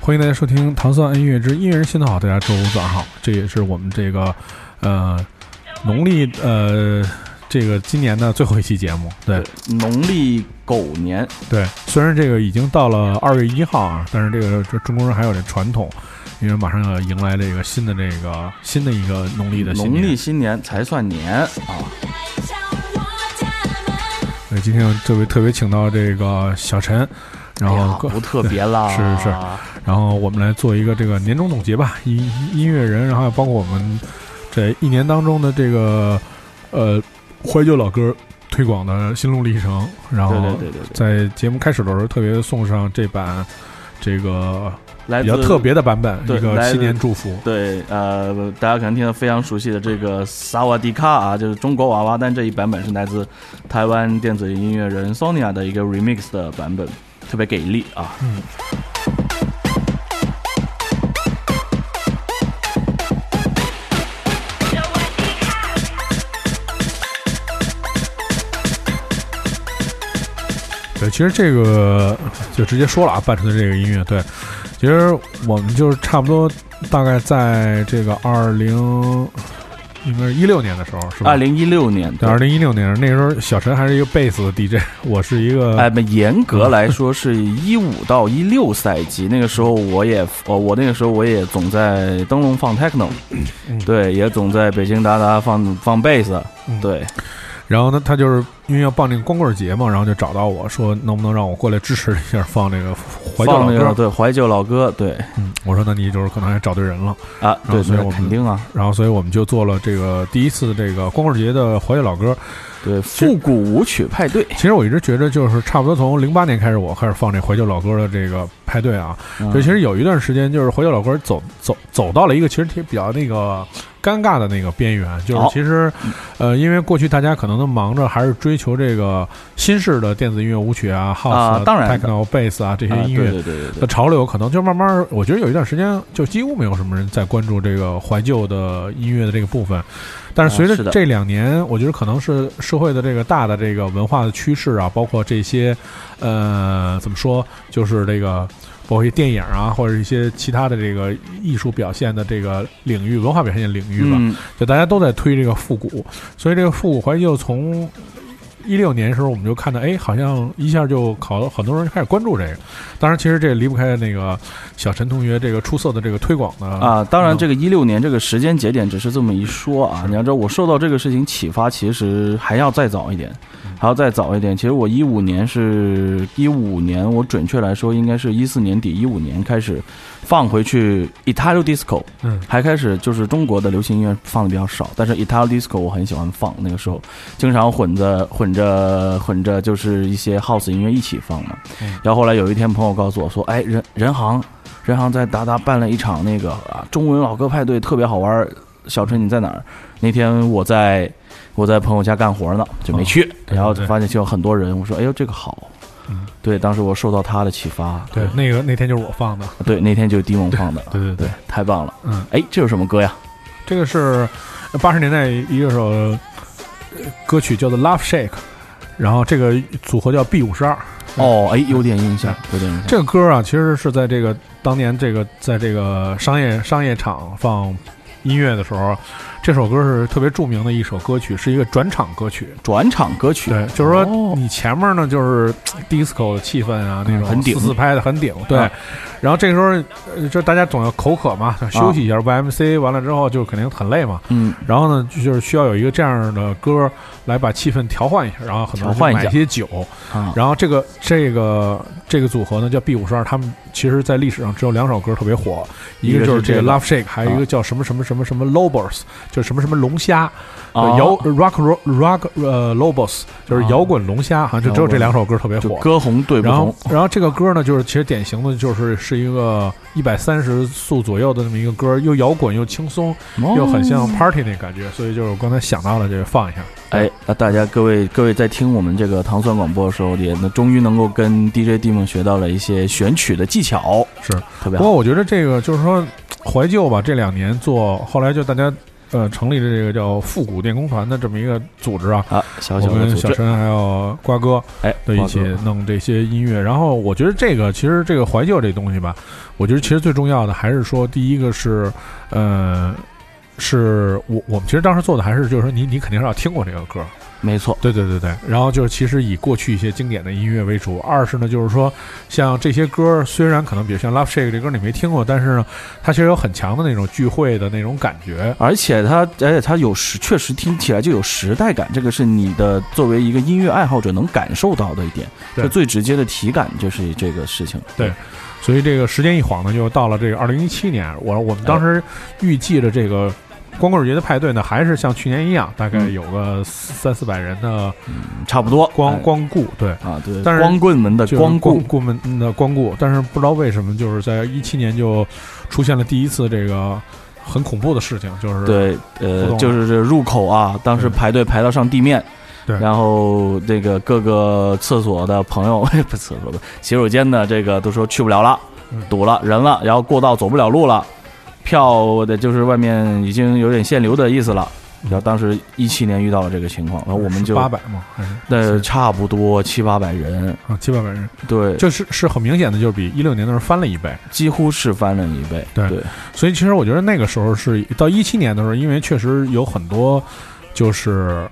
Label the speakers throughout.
Speaker 1: 欢迎大家收听《糖蒜音乐之音乐人心头好》，大家周五早上好，这也是我们这个呃农历呃这个今年的最后一期节目。对
Speaker 2: 农历狗年，
Speaker 1: 对，虽然这个已经到了二月一号啊，但是这个这中国人还有这传统，因为马上要迎来这个新的这个新的一个农历的新
Speaker 2: 农
Speaker 1: 年。
Speaker 2: 历新年才算年啊！
Speaker 1: 所以今天这位特别请到这个小陈，然
Speaker 2: 哎
Speaker 1: 后
Speaker 2: 呀
Speaker 1: 各、
Speaker 2: 不特别啦，
Speaker 1: 是 是是然后我们来做一个这个年终总结吧，音音乐人，然后包括我们这一年当中的这个呃怀旧老歌推广的心路历程，然
Speaker 2: 对对
Speaker 1: 后
Speaker 2: 对对对，
Speaker 1: 在节目开始的时候特别送上这版这个
Speaker 2: 来
Speaker 1: 比
Speaker 2: 自
Speaker 1: 较特别的版本，
Speaker 2: 对
Speaker 1: 一个
Speaker 2: 来自
Speaker 1: 新年祝福。
Speaker 2: 对呃，大家可能听得非常熟悉的这个萨瓦迪卡啊，就是中国娃娃，但这一版本是来自台湾电子音乐人 Sonia 的一个 remix 的版本，特别给力啊！
Speaker 1: 对，其实这个就直接说了啊，伴随着这个音乐，对，其实我们就是差不多大概在这个二零，应该是一六年的时候，是吧？
Speaker 2: 二零一六年，
Speaker 1: 对，二零一六年那时候，小陈还是一个贝斯的 DJ，我 是一个
Speaker 2: 哎，不严格来说是一五到一六赛季，那个时候我也，我我那个时候我也总在灯笼放 techno，
Speaker 1: 嗯
Speaker 2: 对，也总在北京达达放放贝斯
Speaker 1: 嗯，
Speaker 2: 对，
Speaker 1: 然后呢，他就是因为要办那个光棍节嘛，然后就找到我说，能不能让我过来支持一下放那个怀旧老
Speaker 2: 放那个
Speaker 1: 歌？
Speaker 2: 对怀旧老歌，对
Speaker 1: 嗯，我说那你就是可能还找对人了。
Speaker 2: 啊，
Speaker 1: 然后
Speaker 2: 对
Speaker 1: 所以
Speaker 2: 对
Speaker 1: 我，们
Speaker 2: 肯定啊，
Speaker 1: 然后所以我们就做了这个第一次这个光棍节的怀旧老歌。
Speaker 2: 对
Speaker 1: 实
Speaker 2: 复古舞曲派对，
Speaker 1: 其实我一直觉得，就是差不多从零八年开始，我开始放这怀旧老歌的这个派对啊。
Speaker 2: 嗯
Speaker 1: 就其实有一段时间，就是怀旧老歌走走走到了一个其实挺比较那个尴尬的那个边缘，就是
Speaker 2: 好
Speaker 1: 其实，呃，因为过去大家可能都忙着还是追求这个新式的电子音乐舞曲啊、house
Speaker 2: 当然
Speaker 1: techno bass 啊这些
Speaker 2: 啊，
Speaker 1: 音
Speaker 2: 对
Speaker 1: 乐
Speaker 2: 对对对
Speaker 1: 的
Speaker 2: 对，
Speaker 1: 潮流，可能就慢慢，我觉得有一段时间就几乎没有什么人在关注这个怀旧的音乐的这个部分。但是随
Speaker 2: 啊是
Speaker 1: 着
Speaker 2: 的
Speaker 1: 这两年，我觉得可能是社会的这个大的这个文化的趋势啊，包括这些，呃，怎么说，就是这个。包括一些电影啊，或者一些其他的这个艺术表现的这个领域、文化表现的领域吧，
Speaker 2: 嗯，
Speaker 1: 就大家都在推这个复古，所以这个复古怀旧从一六年的时候我们就看到，哎，好像一下就考很多人开始关注这个。当然，其实这离不开那个小陈同学这个出色的这个推广的
Speaker 2: 啊，当然，
Speaker 1: 嗯
Speaker 2: 这个一六年这个时间节点只是这么一说啊。你要知道，我受到这个事情启发，其实还要再早一点，还要再早一点。其实我一五年是一五年，我准确来说应该是一四年底一五年开始放回去 Italo Disco，
Speaker 1: 嗯
Speaker 2: 还开始就是中国的流行音乐放的比较少，但是 Italo Disco 我很喜欢放，那个时候经常混着混着混着就是一些 house 音乐一起放嘛。
Speaker 1: 嗯
Speaker 2: 然后后来有一天，朋友告诉我说：“哎，人人行，人行在达达办了一场那个啊中文老歌派对，特别好玩儿。小陈你在哪儿？那天我在我在朋友家干活呢，就没去。
Speaker 1: 哦对
Speaker 2: 然后
Speaker 1: 对
Speaker 2: 就发现就有很多人，我说：哎呦，这个好。
Speaker 1: 嗯
Speaker 2: 对，当时我受到他的启发。
Speaker 1: 对那个那天就是我放的，
Speaker 2: 对，那天就是迪蒙放的，
Speaker 1: 对对对，
Speaker 2: 太棒了。
Speaker 1: 嗯，
Speaker 2: 哎，这有什么歌呀？
Speaker 1: 这个是八十年代一个首呃歌曲叫做《Love Shake》，然后这个组合叫 B 五十二。嗯
Speaker 2: 哦，哎，有点印象，有点印象。
Speaker 1: 这个歌啊，其实是在这个当年这个在这个商业商业场放音乐的时候，这首歌是特别著名的一首歌曲，是一个转场歌曲。
Speaker 2: 转场歌曲，
Speaker 1: 对，就是说
Speaker 2: 哦
Speaker 1: 你前面呢就是 disco 的气氛啊，那种
Speaker 2: 很顶
Speaker 1: 四四拍的很顶，对
Speaker 2: 啊。
Speaker 1: 然后这个时候，呃就大家总要口渴嘛，休息一下，YMC 完了之后就肯定很累嘛。
Speaker 2: 嗯，
Speaker 1: 然后呢，就就是需要有一个这样的歌来把气氛调换一下，然后很多人
Speaker 2: 调换
Speaker 1: 就买
Speaker 2: 一下
Speaker 1: 一些酒，
Speaker 2: 啊，
Speaker 1: 然后这个这个这个组合呢叫 B 五十二，他们其实在历史上只有两首歌特别火，一个就是这个啊
Speaker 2: 一个
Speaker 1: Love Shake，还有一个叫什么什么什么什么 Lobos，就是什么什么龙虾，
Speaker 2: 哦
Speaker 1: 呃摇 Rock Ro- Rock 呃 Lobos，就是
Speaker 2: 哦
Speaker 1: 摇滚龙虾，好像就只有这两首歌特别
Speaker 2: 就
Speaker 1: 火。
Speaker 2: 歌红对不
Speaker 1: 然后
Speaker 2: 红，，
Speaker 1: 然后这个歌呢，就是其实典型的就是是一个一百三十速左右的那么一个歌，又摇滚又轻松，
Speaker 2: 哦
Speaker 1: 又很像 party 那感觉，所以就是我刚才想到了，这个放一下。
Speaker 2: 哎，那大家各位各位在听我们这个糖蒜广播的时候，也那终于能够跟 DJ 蒂梦学到了一些选曲的技巧，
Speaker 1: 是
Speaker 2: 特别
Speaker 1: 不
Speaker 2: 好。
Speaker 1: 过我觉得这个就是说怀旧吧，这两年做，后来就大家呃成立的这个叫复古电工团的这么一个组织啊，
Speaker 2: 啊，小
Speaker 1: 我
Speaker 2: 小的
Speaker 1: 跟
Speaker 2: 组
Speaker 1: 小
Speaker 2: 织，
Speaker 1: 陈还有瓜哥
Speaker 2: 哎，
Speaker 1: 都一起
Speaker 2: 瓜哥
Speaker 1: 弄这些音乐。然后我觉得这个其实这个怀旧这东西吧，我觉得其实最重要的还是说，第一个是呃。是我我们其实当时做的还是就是说你你肯定是要听过这个歌，
Speaker 2: 没错，
Speaker 1: 对对对对，然后就是其实以过去一些经典的音乐为主。二是呢，就是说像这些歌，虽然可能比如像《Love Shake》这歌你没听过，但是呢，它其实有很强的那种聚会的那种感觉。
Speaker 2: 而且它，而且它有时确实听起来就有时代感，这个是你的作为一个音乐爱好者能感受到的一点，
Speaker 1: 对
Speaker 2: 就最直接的体感就是这个事情。
Speaker 1: 对所以这个时间一晃呢，就到了这个二零一七年。我我们当时预计的这个光棍节的派对呢，还是像去年一样，大概
Speaker 2: 嗯
Speaker 1: 有个三四百人的
Speaker 2: 嗯差不多
Speaker 1: 光
Speaker 2: 哎
Speaker 1: 光顾，对。
Speaker 2: 啊，对，
Speaker 1: 但是
Speaker 2: 光棍们的
Speaker 1: 就是
Speaker 2: 光
Speaker 1: 顾
Speaker 2: 顾，
Speaker 1: 顾们的光顾，但是不知道为什么，就是在一七年就出现了第一次这个很恐怖的事情，就是
Speaker 2: 对，
Speaker 1: 互
Speaker 2: 呃
Speaker 1: 动，
Speaker 2: 就是这入口啊，当时
Speaker 1: 对
Speaker 2: 排队排到上地面，
Speaker 1: 对
Speaker 2: 然后这个各个厕所的朋友， 不是厕所的洗手间的这个都说去不了了
Speaker 1: 嗯，
Speaker 2: 堵了人了，然后过道走不了路了，票的就是外面已经有点限流的意思了。然后当时一七年遇到了这个情况，然后我们就
Speaker 1: 嗯八百嘛，还是
Speaker 2: 呃差不多七八百人，
Speaker 1: 啊七八百人，
Speaker 2: 对，
Speaker 1: 就是是很明显的，就是比一六年的时候翻了一倍。
Speaker 2: 几乎是翻了一倍，
Speaker 1: 对
Speaker 2: 对
Speaker 1: 所以其实我觉得那个时候是到一七年的时候，因为确实有很多就是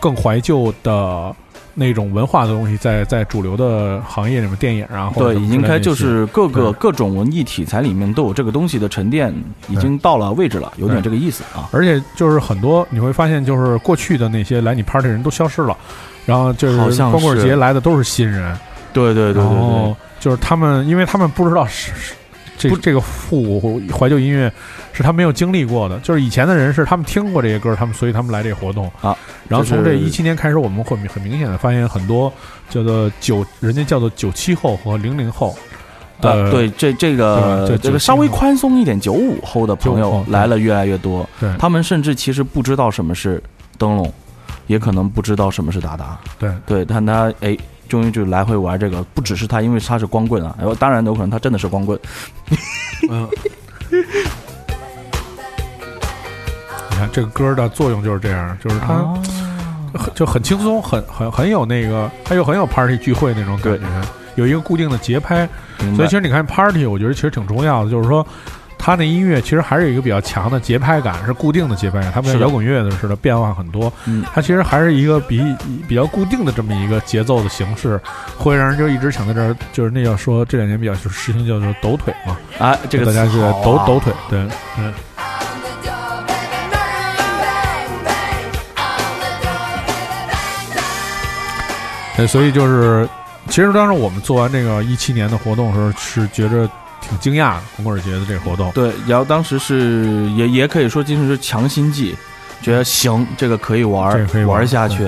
Speaker 1: 更怀旧的那种文化的东西在在主流的行业里面，电影啊，或者
Speaker 2: 对，
Speaker 1: 什么之
Speaker 2: 已
Speaker 1: 类
Speaker 2: 经
Speaker 1: 的
Speaker 2: 开
Speaker 1: 那
Speaker 2: 就
Speaker 1: 些
Speaker 2: 是各个
Speaker 1: 对
Speaker 2: 各种文艺题材里面都有这个东西的沉淀，已经到了位置了，有点这个意思啊。
Speaker 1: 而且就是很多你会发现，就是过去的那些来你 party 的人都消失了，然后就是
Speaker 2: 好像是
Speaker 1: 光棍节来的都是新人，
Speaker 2: 对对对
Speaker 1: 然
Speaker 2: 对对
Speaker 1: 后，就是他们，因为他们不知道是是这
Speaker 2: 不
Speaker 1: 这个复古怀旧音乐是他没有经历过的，就是以前的人是他们听过这些歌，他们所以他们来这个活动
Speaker 2: 啊。
Speaker 1: 然后从
Speaker 2: 就
Speaker 1: 这
Speaker 2: 是
Speaker 1: 一七年开始，我们会很明显的发现很多叫做九，人家叫做九七后和零零后的
Speaker 2: 呃，对这这
Speaker 1: 对
Speaker 2: 个
Speaker 1: 这
Speaker 2: 这
Speaker 1: 九
Speaker 2: 个
Speaker 1: 七
Speaker 2: 稍微
Speaker 1: 后
Speaker 2: 宽松一点，九五后的朋
Speaker 1: 95
Speaker 2: 友
Speaker 1: 后对
Speaker 2: 来了越来越多，
Speaker 1: 对
Speaker 2: 他们甚至其实不知道什么是灯笼，也可能不知道什么是达达，
Speaker 1: 对
Speaker 2: 对，但他哎。终于就来回玩这个，不只是他，因为他是光棍啊，然后当然有可能他真的是光棍，
Speaker 1: 嗯。你看这个歌的作用就是这样，就是它很就很轻松，很很很有那个，它又很有 party 聚会那种感觉，有一个固定的节拍，
Speaker 2: 明
Speaker 1: 所以
Speaker 2: 白
Speaker 1: 其实你看 party，我觉得其实挺重要的，就是说。它那音乐其实还是有一个比较强的节拍感，是固定的节拍感，它不像
Speaker 2: 是的
Speaker 1: 摇滚乐的似的变化很多。
Speaker 2: 嗯
Speaker 1: 它其实还是一个比比较固定的这么一个节奏的形式，会让人就一直想在这儿，就是那叫说这两年比较就是时兴叫做抖腿嘛，
Speaker 2: 哎，这个
Speaker 1: 大家
Speaker 2: 词
Speaker 1: 就
Speaker 2: 好啊
Speaker 1: 抖抖腿，对，嗯，
Speaker 3: On the door, baby, bang, bang. On the door, baby, bang, bang.
Speaker 1: 对，哎所以就是其实当时我们做完这个一七年的活动的时候，是觉着挺惊讶的，光棍节的这个活动，
Speaker 2: 对，然后当时是也也可以说进行是强心剂，觉得行，这个可以玩
Speaker 1: 这
Speaker 2: 儿，
Speaker 1: 个可以
Speaker 2: 玩
Speaker 1: 玩
Speaker 2: 儿
Speaker 1: 儿
Speaker 2: 下
Speaker 1: 对
Speaker 2: 去。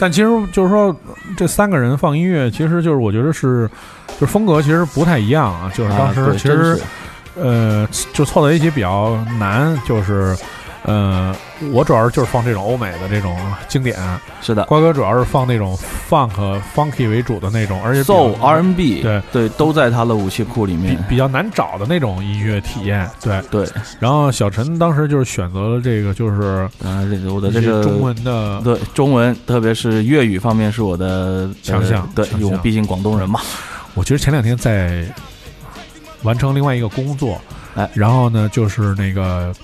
Speaker 1: 但其实就是说，这三个人放音乐，其实就是我觉得是，就是风格其实不太一样啊。就是当
Speaker 2: 啊
Speaker 1: 时
Speaker 2: 对
Speaker 1: 其
Speaker 2: 真
Speaker 1: 实、
Speaker 2: 是
Speaker 1: 呃，就凑在一起比较难，就是呃，我主要是就是放这种欧美的这种经典，
Speaker 2: 是的
Speaker 1: 瓜哥主要是放那种 funk funky 为主的那种，而且比较
Speaker 2: ，soul R&B，
Speaker 1: 对
Speaker 2: 对，都在他的武器库里
Speaker 1: 比
Speaker 2: 面。
Speaker 1: 比较难找的那种音乐体验。对，
Speaker 2: 对，
Speaker 1: 然后小陈当时就是选择了这个，就是
Speaker 2: 啊，这个我的
Speaker 1: 一
Speaker 2: 这
Speaker 1: 些
Speaker 2: 个
Speaker 1: 中文啊的。
Speaker 2: 对中文，特别是粤语方面是我的
Speaker 1: 强项
Speaker 2: 呃对，
Speaker 1: 强
Speaker 2: 因为我
Speaker 1: 项嗯
Speaker 2: 毕竟广东人嘛，
Speaker 1: 我其实前两天在完成另外一个工作，
Speaker 2: 哎
Speaker 1: 然后呢，就是那个，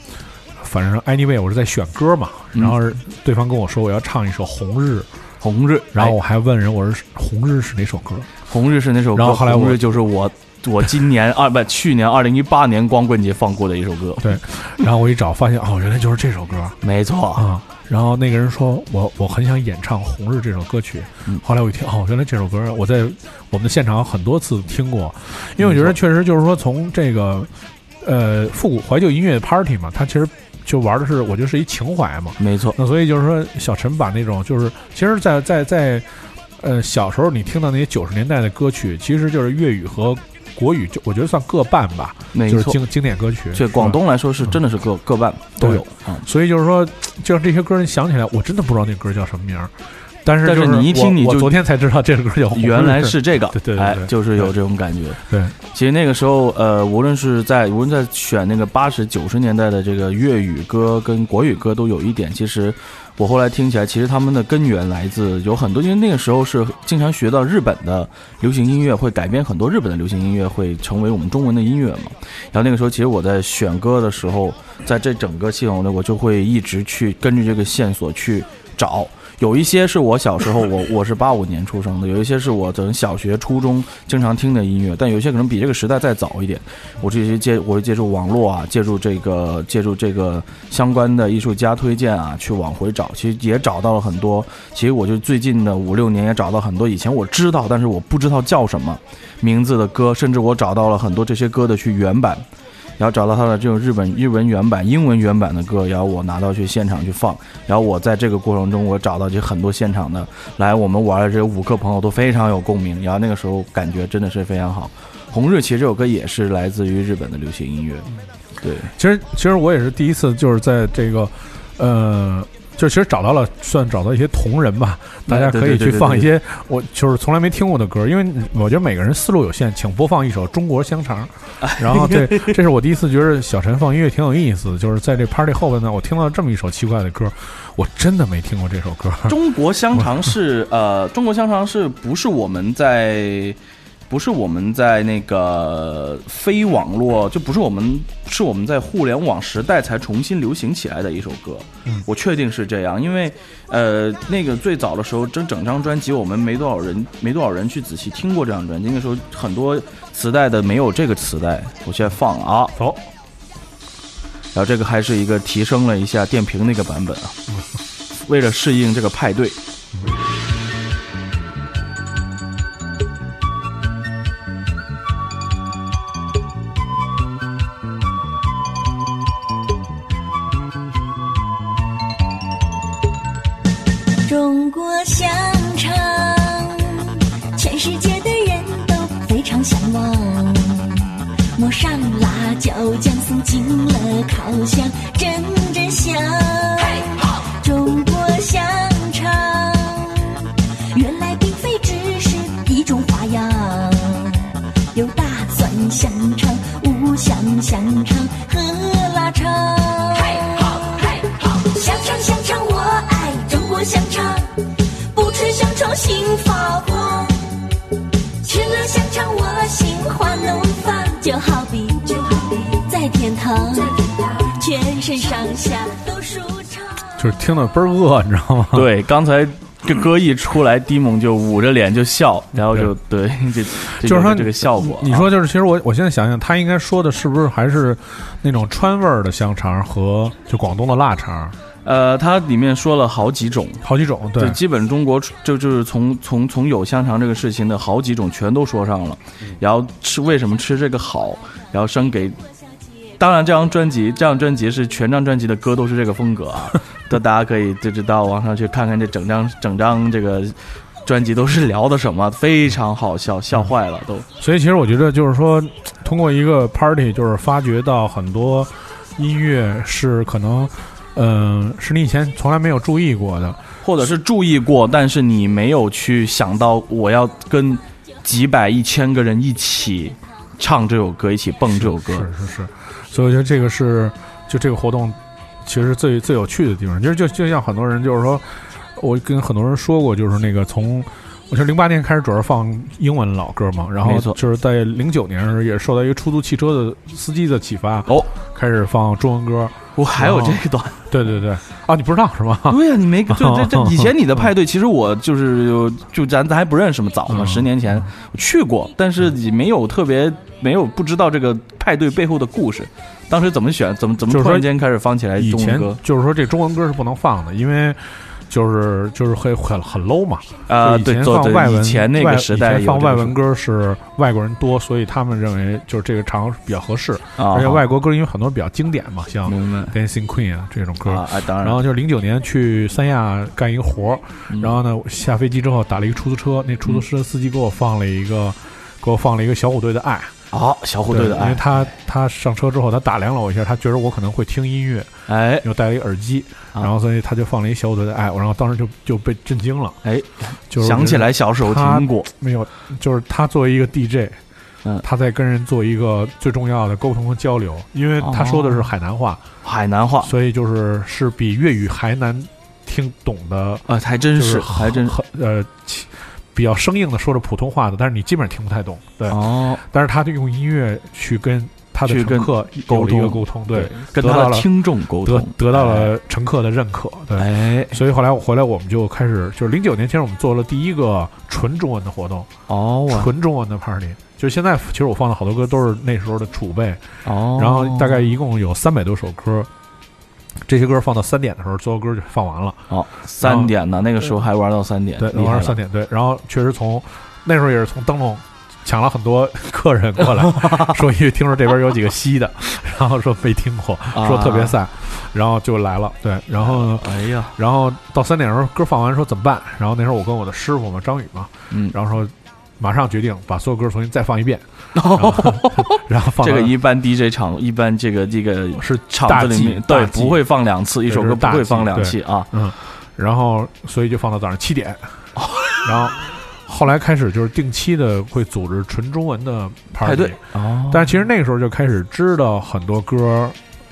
Speaker 1: 反正 anyway，我是在选歌嘛，
Speaker 2: 嗯
Speaker 1: 然后对方跟我说我要唱一首《红日》，
Speaker 2: 红日。
Speaker 1: 然后我
Speaker 2: 哎
Speaker 1: 还问人我是《红日》是哪首歌？
Speaker 2: 红日是那首歌，
Speaker 1: 然后后来
Speaker 2: 红
Speaker 1: 我
Speaker 2: 日就是我我今年二不去年二零一八年光棍节放过的一首歌，
Speaker 1: 对然后我一找发现哦，原来就是这首歌
Speaker 2: 没错，
Speaker 1: 啊。然后那个人说我我很想演唱《红日》这首歌曲
Speaker 2: 嗯，
Speaker 1: 后来我一听哦，原来这首歌我在我们的现场很多次听过，因为我觉得
Speaker 2: 没错
Speaker 1: 确实就是说从这个呃复古怀旧音乐 party 嘛，它其实就玩的是我觉得是一情怀嘛。
Speaker 2: 没错，
Speaker 1: 那所以就是说，小陈把那种就是，其实在，在在呃小时候你听到那些九十年代的歌曲，其实就是粤语和国语，就我觉得算各半吧，
Speaker 2: 没
Speaker 1: 就是
Speaker 2: 错。
Speaker 1: 经经典歌曲。
Speaker 2: 对广东来说是真的是
Speaker 1: 嗯
Speaker 2: 各
Speaker 1: 哦
Speaker 2: 各半都有啊、
Speaker 1: 所以就是说，就让这些歌你想起来，我真的不知道那歌叫什么名儿，但是
Speaker 2: 但
Speaker 1: 就是
Speaker 2: 你一听
Speaker 1: 我
Speaker 2: 你
Speaker 1: 我
Speaker 2: 就
Speaker 1: 昨天才知道这首歌叫《红日
Speaker 2: 原来是这个，
Speaker 1: 对对对
Speaker 2: 哎
Speaker 1: 对，
Speaker 2: 就是有这种感觉。
Speaker 1: 对，
Speaker 2: 其实那个时候，呃，无论是在无论在选那个八十九十年代的这个粤语歌跟国语歌，都有一点，其实我后来听起来，其实他们的根源来自有很多，因为那个时候是经常学到日本的流行音乐，会改编很多日本的流行音乐，会成为我们中文的音乐嘛。然后那个时候，其实我在选歌的时候，在这整个系统里，我就会一直去根据这个线索去找。有一些是我小时候，我 我是八五年出生的，有一些是我从小学、初中经常听的音乐，但有一些可能比这个时代再早一点。我这些借我会借助网络啊，借助这个借助这个相关的艺术家推荐啊，去往回找，其实也找到了很多。其实我就最近的五六年也找到很多以前我知道，但是我不知道叫什么名字的歌，甚至我找到了很多这些歌的去原版。然后找到他的这种日本日文原版、英文原版的歌，然后我拿到去现场去放，然后我在这个过程中，我找到这很多现场的来我们玩的这五个朋友都非常有共鸣，然后那个时候感觉真的是非常好。红日其实这首歌也是来自于日本的流行音乐，对，
Speaker 1: 其实其实我也是第一次，就是在这个，呃，就其实找到了，算找到一些同人吧，大家
Speaker 2: 对
Speaker 1: 可
Speaker 2: 嗯对
Speaker 1: 以
Speaker 2: 对
Speaker 1: 去
Speaker 2: 对
Speaker 1: 放
Speaker 2: 对
Speaker 1: 一些我就是从来没听过的歌，因为我觉得每个人思路有限，请播放一首《中国香肠》， 然后这这是我第一次觉得小陈放音乐挺有意思的，就是在这 party 后边呢，我听到这么一首奇怪的歌，我真的没听过这首歌，
Speaker 2: 中国香肠是呃，中国香肠是不是我们在不是我们在那个非网络，就不是我们是我们在互联网时代才重新流行起来的一首歌。
Speaker 1: 嗯
Speaker 2: 我确定是这样，因为呃，那个最早的时候，整整张专辑我们没多少人没多少人去仔细听过这张专辑，那个时候很多磁带的没有这个磁带。我现在放啊，
Speaker 1: 走，
Speaker 2: 然后这个还是一个提升了一下电瓶那个版本啊，为了适应这个派对。
Speaker 4: 中国香肠，全世界的人都非常向往。抹上辣椒酱，送进了烤箱，阵阵香。中国香肠，原来并非只是一种花样，有大蒜香肠、五香香肠和腊肠。香肠香肠我爱中国香肠，不吃香肠心发慌。吃了香肠我心花怒放，就好比就好比在天堂，全身上下都舒畅。
Speaker 1: 就是听得倍儿饿，你知道吗？
Speaker 2: 对，刚才这歌一出来，迪蒙就捂着脸就笑，然后就对，这 这
Speaker 1: 就是说
Speaker 2: 这个效果啊。
Speaker 1: 你说就是，其实我我现在想想，他应该说的是不是还是那种川味儿的香肠和就广东的腊肠，
Speaker 2: 呃，它里面说了好几种。
Speaker 1: 好几种，
Speaker 2: 就
Speaker 1: 对，
Speaker 2: 基本中国就就是从从从有香肠这个事情的好几种全都说上了，
Speaker 1: 嗯
Speaker 2: 然后吃为什么吃这个好，然后生给，当然这张专辑这张专辑是全张专辑的歌都是这个风格 啊，都大家可以就是到网上去看看这整张整张这个专辑都是聊的什么，非常好笑，笑坏了都。
Speaker 1: 所以其实我觉得就是说，通过一个 party，就是发掘到很多音乐是可能，嗯、是你以前从来没有注意过的，
Speaker 2: 或者是注意过，但是你没有去想到我要跟几百、一千个人一起唱这首歌，一起蹦这首歌。
Speaker 1: 是是是，所以我觉得这个是就这个活动其实最最有趣的地方，其实就就像很多人就是说，我跟很多人说过，就是那个从。我是零八年开始主要放英文老歌嘛，然后
Speaker 2: 没错
Speaker 1: 就是在零九年的时候也受到一个出租汽车的司机的启发，
Speaker 2: 哦，
Speaker 1: 开始放中文歌。
Speaker 2: 我还有这一段。
Speaker 1: 对对对，啊，你不知道是吗？
Speaker 2: 对呀、你没就这这
Speaker 1: 哦
Speaker 2: 以前你的派对，其实我就是有就咱咱还不认识嘛，早嘛，
Speaker 1: 嗯
Speaker 2: 十年前我去过，但是你没有特别没有不知道这个派对背后的故事。当时怎么选，怎么怎么
Speaker 1: 就是
Speaker 2: 突
Speaker 1: 说
Speaker 2: 然间开始放起来
Speaker 1: 以
Speaker 2: 哎中文
Speaker 1: 前
Speaker 2: 歌
Speaker 1: 就是说这中文歌是不能放的，因为就是就是很很很 low 嘛。
Speaker 2: 啊？
Speaker 1: 就以
Speaker 2: 对，
Speaker 1: 前
Speaker 2: 做
Speaker 1: 放外
Speaker 2: 对，
Speaker 1: 文，
Speaker 2: 以前那
Speaker 1: 外
Speaker 2: 个时代
Speaker 1: 以前放
Speaker 2: 有这个
Speaker 1: 外
Speaker 2: 事
Speaker 1: 文歌是外国人多，所以他们认为就是这个场比较合适。
Speaker 2: 啊，
Speaker 1: 而且外国歌因为很多比较经典嘛，像
Speaker 2: 明白
Speaker 1: Dancing Queen 啊这种歌。
Speaker 2: 啊啊，当然
Speaker 1: 然后就是零九年去三亚干一个活儿，
Speaker 2: 嗯
Speaker 1: 然后呢我下飞机之后打了一个出租车，那出租车司机给我放了一个，给我放了一个小虎队的《爱》，
Speaker 2: 好，小虎队的
Speaker 1: 因为
Speaker 2: 爱，
Speaker 1: 他他上车之后，他打量了我一下，他觉得我可能会听音乐，
Speaker 2: 哎
Speaker 1: 又戴了一耳机，
Speaker 2: 啊
Speaker 1: 然后所以他就放了一小虎队的爱，我然后当时就就被震惊了，
Speaker 2: 哎，
Speaker 1: 就是
Speaker 2: 想起来小时候听过，
Speaker 1: 没有，就是他作为一个 DJ，
Speaker 2: 嗯
Speaker 1: 他在跟人做一个最重要的沟通和交流，因
Speaker 2: 哦
Speaker 1: 为他说的是海南话，
Speaker 2: 海南话，
Speaker 1: 所以就是是比粤语还难听懂的，
Speaker 2: 呃，还
Speaker 1: 就
Speaker 2: 真是，
Speaker 1: 是
Speaker 2: 还真
Speaker 1: 很呃其比较生硬的说着普通话的，但是你基本上听不太懂，对，
Speaker 2: 哦，
Speaker 1: 但是他就用音乐去跟他的
Speaker 2: 去
Speaker 1: 乘
Speaker 2: 跟
Speaker 1: 客
Speaker 2: 沟
Speaker 1: 有了一个
Speaker 2: 通
Speaker 1: 沟通，对，，
Speaker 2: 跟
Speaker 1: 得
Speaker 2: 他
Speaker 1: 到
Speaker 2: 的
Speaker 1: 了
Speaker 2: 听众沟
Speaker 1: 得
Speaker 2: 通，
Speaker 1: 得到了乘客的认可，对。
Speaker 2: 哎，哎，
Speaker 1: 所以后来我回来，我们就开始就是零九年，其实我们做了第一个纯中文的活动，
Speaker 2: 哦，我
Speaker 1: 纯中文的 party。就是现在，其实我放的好多歌都是那时候的储备，
Speaker 2: 哦，
Speaker 1: 然后大概一共有三百多首歌。这些歌放到三点的时候，所有歌就放完了。
Speaker 2: 哦，三点呢，那个时候还玩到三点，
Speaker 1: 对，
Speaker 2: 厉
Speaker 1: 能
Speaker 2: 害
Speaker 1: 玩
Speaker 2: 了
Speaker 1: 到三点。对，然后确实从那时候也是从灯笼抢了很多客人过 来，说因为听说这边有几个西的，然后说没听过，说特别散，然后就来了。对，然后
Speaker 2: 啊哎呀，
Speaker 1: 然后到三点的时候，歌放完说怎么办？然后那时候我跟我的师傅嘛，张宇嘛，
Speaker 2: 嗯，
Speaker 1: 然后说马上决定把所有歌重新再放一 遍，然后然后放
Speaker 2: 这个
Speaker 1: 完
Speaker 2: 一般 DJ 场，一般这个这个
Speaker 1: 是
Speaker 2: 场
Speaker 1: 大
Speaker 2: 子里
Speaker 1: 忌
Speaker 2: 面，
Speaker 1: 大
Speaker 2: 对，
Speaker 1: 忌
Speaker 2: 不会放两次，一首
Speaker 1: 对这
Speaker 2: 歌
Speaker 1: 是
Speaker 2: 不会
Speaker 1: 大
Speaker 2: 放
Speaker 1: 忌
Speaker 2: 两
Speaker 1: 对
Speaker 2: 次啊，
Speaker 1: 嗯，然后所以就放到早上七 点，然后后来开始就是定期的会组织纯中文的
Speaker 2: 派
Speaker 1: party，
Speaker 2: 对，哦
Speaker 1: 但是其实那个时候就开始知道很多歌，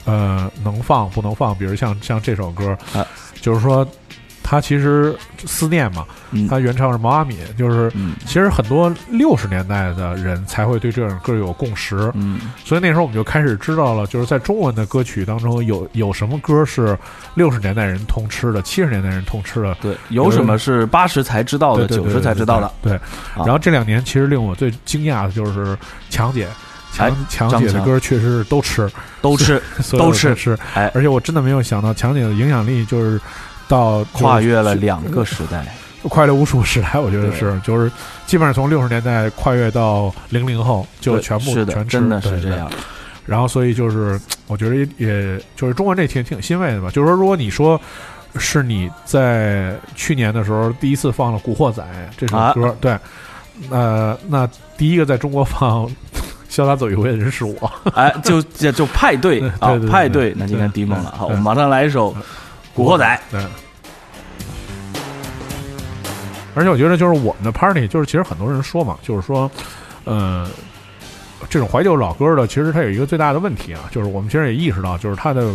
Speaker 1: 呃，能放不能放，比如像像这首歌，
Speaker 2: 啊
Speaker 1: 就是说它其实思念嘛，
Speaker 2: 嗯
Speaker 1: 它原唱是毛阿敏，就是。
Speaker 2: 嗯
Speaker 1: 其实很多六十年代的人才会对这种歌有共识，
Speaker 2: 嗯，
Speaker 1: 所以那时候我们就开始知道了，就是在中文的歌曲当中有有什么歌是六十年代人通吃的，七十年代人通吃的，
Speaker 2: 对，有什么是八十才知道的，
Speaker 1: 对对
Speaker 2: 九
Speaker 1: 对
Speaker 2: 十才知道啊的，。
Speaker 1: 对，对然后这两年其实令我最惊讶的就是强姐，强
Speaker 2: 哎
Speaker 1: 强姐
Speaker 2: 张
Speaker 1: 的
Speaker 2: 强
Speaker 1: 歌确实是都吃，
Speaker 2: 都吃，
Speaker 1: 所有的
Speaker 2: 都吃
Speaker 1: 吃，
Speaker 2: 哎
Speaker 1: 而且我真的没有想到强姐的影响力就是到就是
Speaker 2: 跨越了两个时代，
Speaker 1: 快乐无数时代，我觉得是， 就是基本上从六十年代跨越到零零后，就
Speaker 2: 对
Speaker 1: 全部
Speaker 2: 是的，
Speaker 1: 全吃，
Speaker 2: 真的
Speaker 1: 对
Speaker 2: 是
Speaker 1: 对
Speaker 2: 这样，
Speaker 1: 然后所以就是，我觉得也也就是中文这挺挺欣慰的吧。就是说，如果你说是你在去年的时候第一次放了《古惑仔》这首
Speaker 2: 啊
Speaker 1: 歌，对，呃，那第一个在中国放《潇洒走一回》的人是我，
Speaker 2: 哎，就就就派对
Speaker 1: 对
Speaker 2: 啊
Speaker 1: 对，对
Speaker 2: 派
Speaker 1: 对
Speaker 2: 对，那就看迪
Speaker 1: 对
Speaker 2: 梦了，
Speaker 1: 对
Speaker 2: 好，我
Speaker 1: 对
Speaker 2: 们马上来一首《古惑仔》，
Speaker 1: 对。而且我觉得就是我们的 party，就是其实很多人说嘛，就是说，呃，这种怀旧老歌的，其实它有一个最大的问题啊，就是我们其实也意识到，就是它的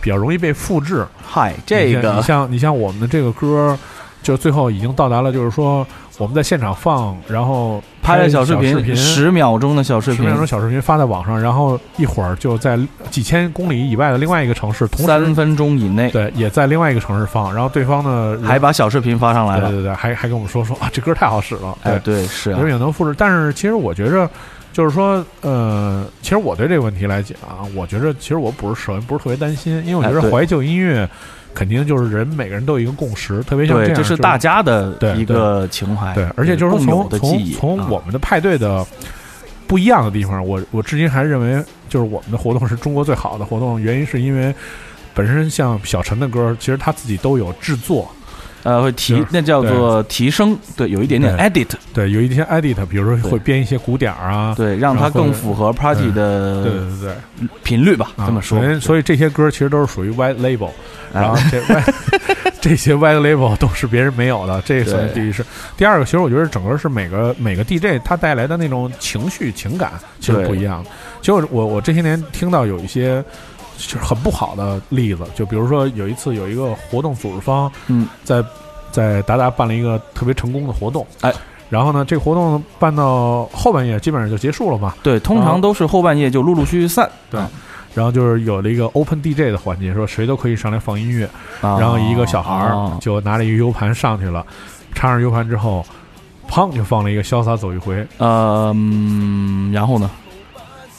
Speaker 1: 比较容易被复制，
Speaker 2: 嗨，这
Speaker 1: 你像你
Speaker 2: 个
Speaker 1: 像你像我们的这个歌，就最后已经到达了，就是说我们在现场放，然后
Speaker 2: 拍了
Speaker 1: 小
Speaker 2: 小视
Speaker 1: 频，十
Speaker 2: 十秒钟的小视频，
Speaker 1: 秒钟小视频发在网上，然后一会儿就在几千公里以外的另外一个城市，同
Speaker 2: 三
Speaker 1: 时
Speaker 2: 分钟以内，
Speaker 1: 对也在另外一个城市放，然后对方呢
Speaker 2: 哎还把小视频发上来
Speaker 1: 对
Speaker 2: 了。
Speaker 1: 对对，还还跟我们说说啊，这歌太好使了，
Speaker 2: 哎，对，是啊
Speaker 1: 有，也能复制，但是其实我觉着。就是说，呃，其实我对这个问题来讲啊，我觉着其实我不是首先不是特别担心，因为我觉
Speaker 2: 哎
Speaker 1: 得
Speaker 2: 对
Speaker 1: 怀旧音乐肯定就是人每个人都有一个共识，特别像这
Speaker 2: 对，
Speaker 1: 样，
Speaker 2: 这是大家的
Speaker 1: 对
Speaker 2: 一个情怀，
Speaker 1: 对，而且就是
Speaker 2: 共有
Speaker 1: 说
Speaker 2: 的
Speaker 1: 从
Speaker 2: 记
Speaker 1: 从
Speaker 2: 忆。啊
Speaker 1: 从我们的派对的不一样的地方，我我至今还认为就是我们的活动是中国最好的活动，原因是因为本身像小陈的歌，其实他自己都有制作，
Speaker 2: 呃会提
Speaker 1: 就是，
Speaker 2: 那叫做提升，对，有一点点
Speaker 1: 对
Speaker 2: edit，
Speaker 1: 对，有一些 edit，比如说
Speaker 2: 对
Speaker 1: 会编一些鼓点儿啊，
Speaker 2: 对，让
Speaker 1: 然
Speaker 2: 它
Speaker 1: 后
Speaker 2: 更符合 party
Speaker 1: 对对
Speaker 2: 的
Speaker 1: 对对，
Speaker 2: 频率吧，
Speaker 1: 啊
Speaker 2: 这么说
Speaker 1: 所。以所以这些歌其实都是属于 white label，
Speaker 2: 哎
Speaker 1: 然后 这 white 这些 white label 都是别人没有的，这算是
Speaker 2: 对
Speaker 1: 第一是第二个，其实我觉得整个是每个每个 DJ 他带来的那种情绪情感其实
Speaker 2: 对
Speaker 1: 不一样的。其实我我我这些年听到有一些。就是很不好的例子，就比如说有一次有一个活动组织方，
Speaker 2: 嗯，
Speaker 1: 在在达达办了一个特别成功的活动，
Speaker 2: 哎，
Speaker 1: 然后呢，这个活动办到后半夜基本上就结束了嘛，
Speaker 2: 对，通
Speaker 1: 然
Speaker 2: 常
Speaker 1: 后
Speaker 2: 都是后半夜就陆陆续续散
Speaker 1: 然后就是有了一个 open DJ 的环节，说谁都可以上来放音乐，
Speaker 2: 啊。
Speaker 1: 然后一个小孩儿
Speaker 2: 啊
Speaker 1: 就拿着一个 U 盘上去了，插上 U 盘之后，砰就放了一个《潇洒走一回》，
Speaker 2: 呃，嗯然后呢？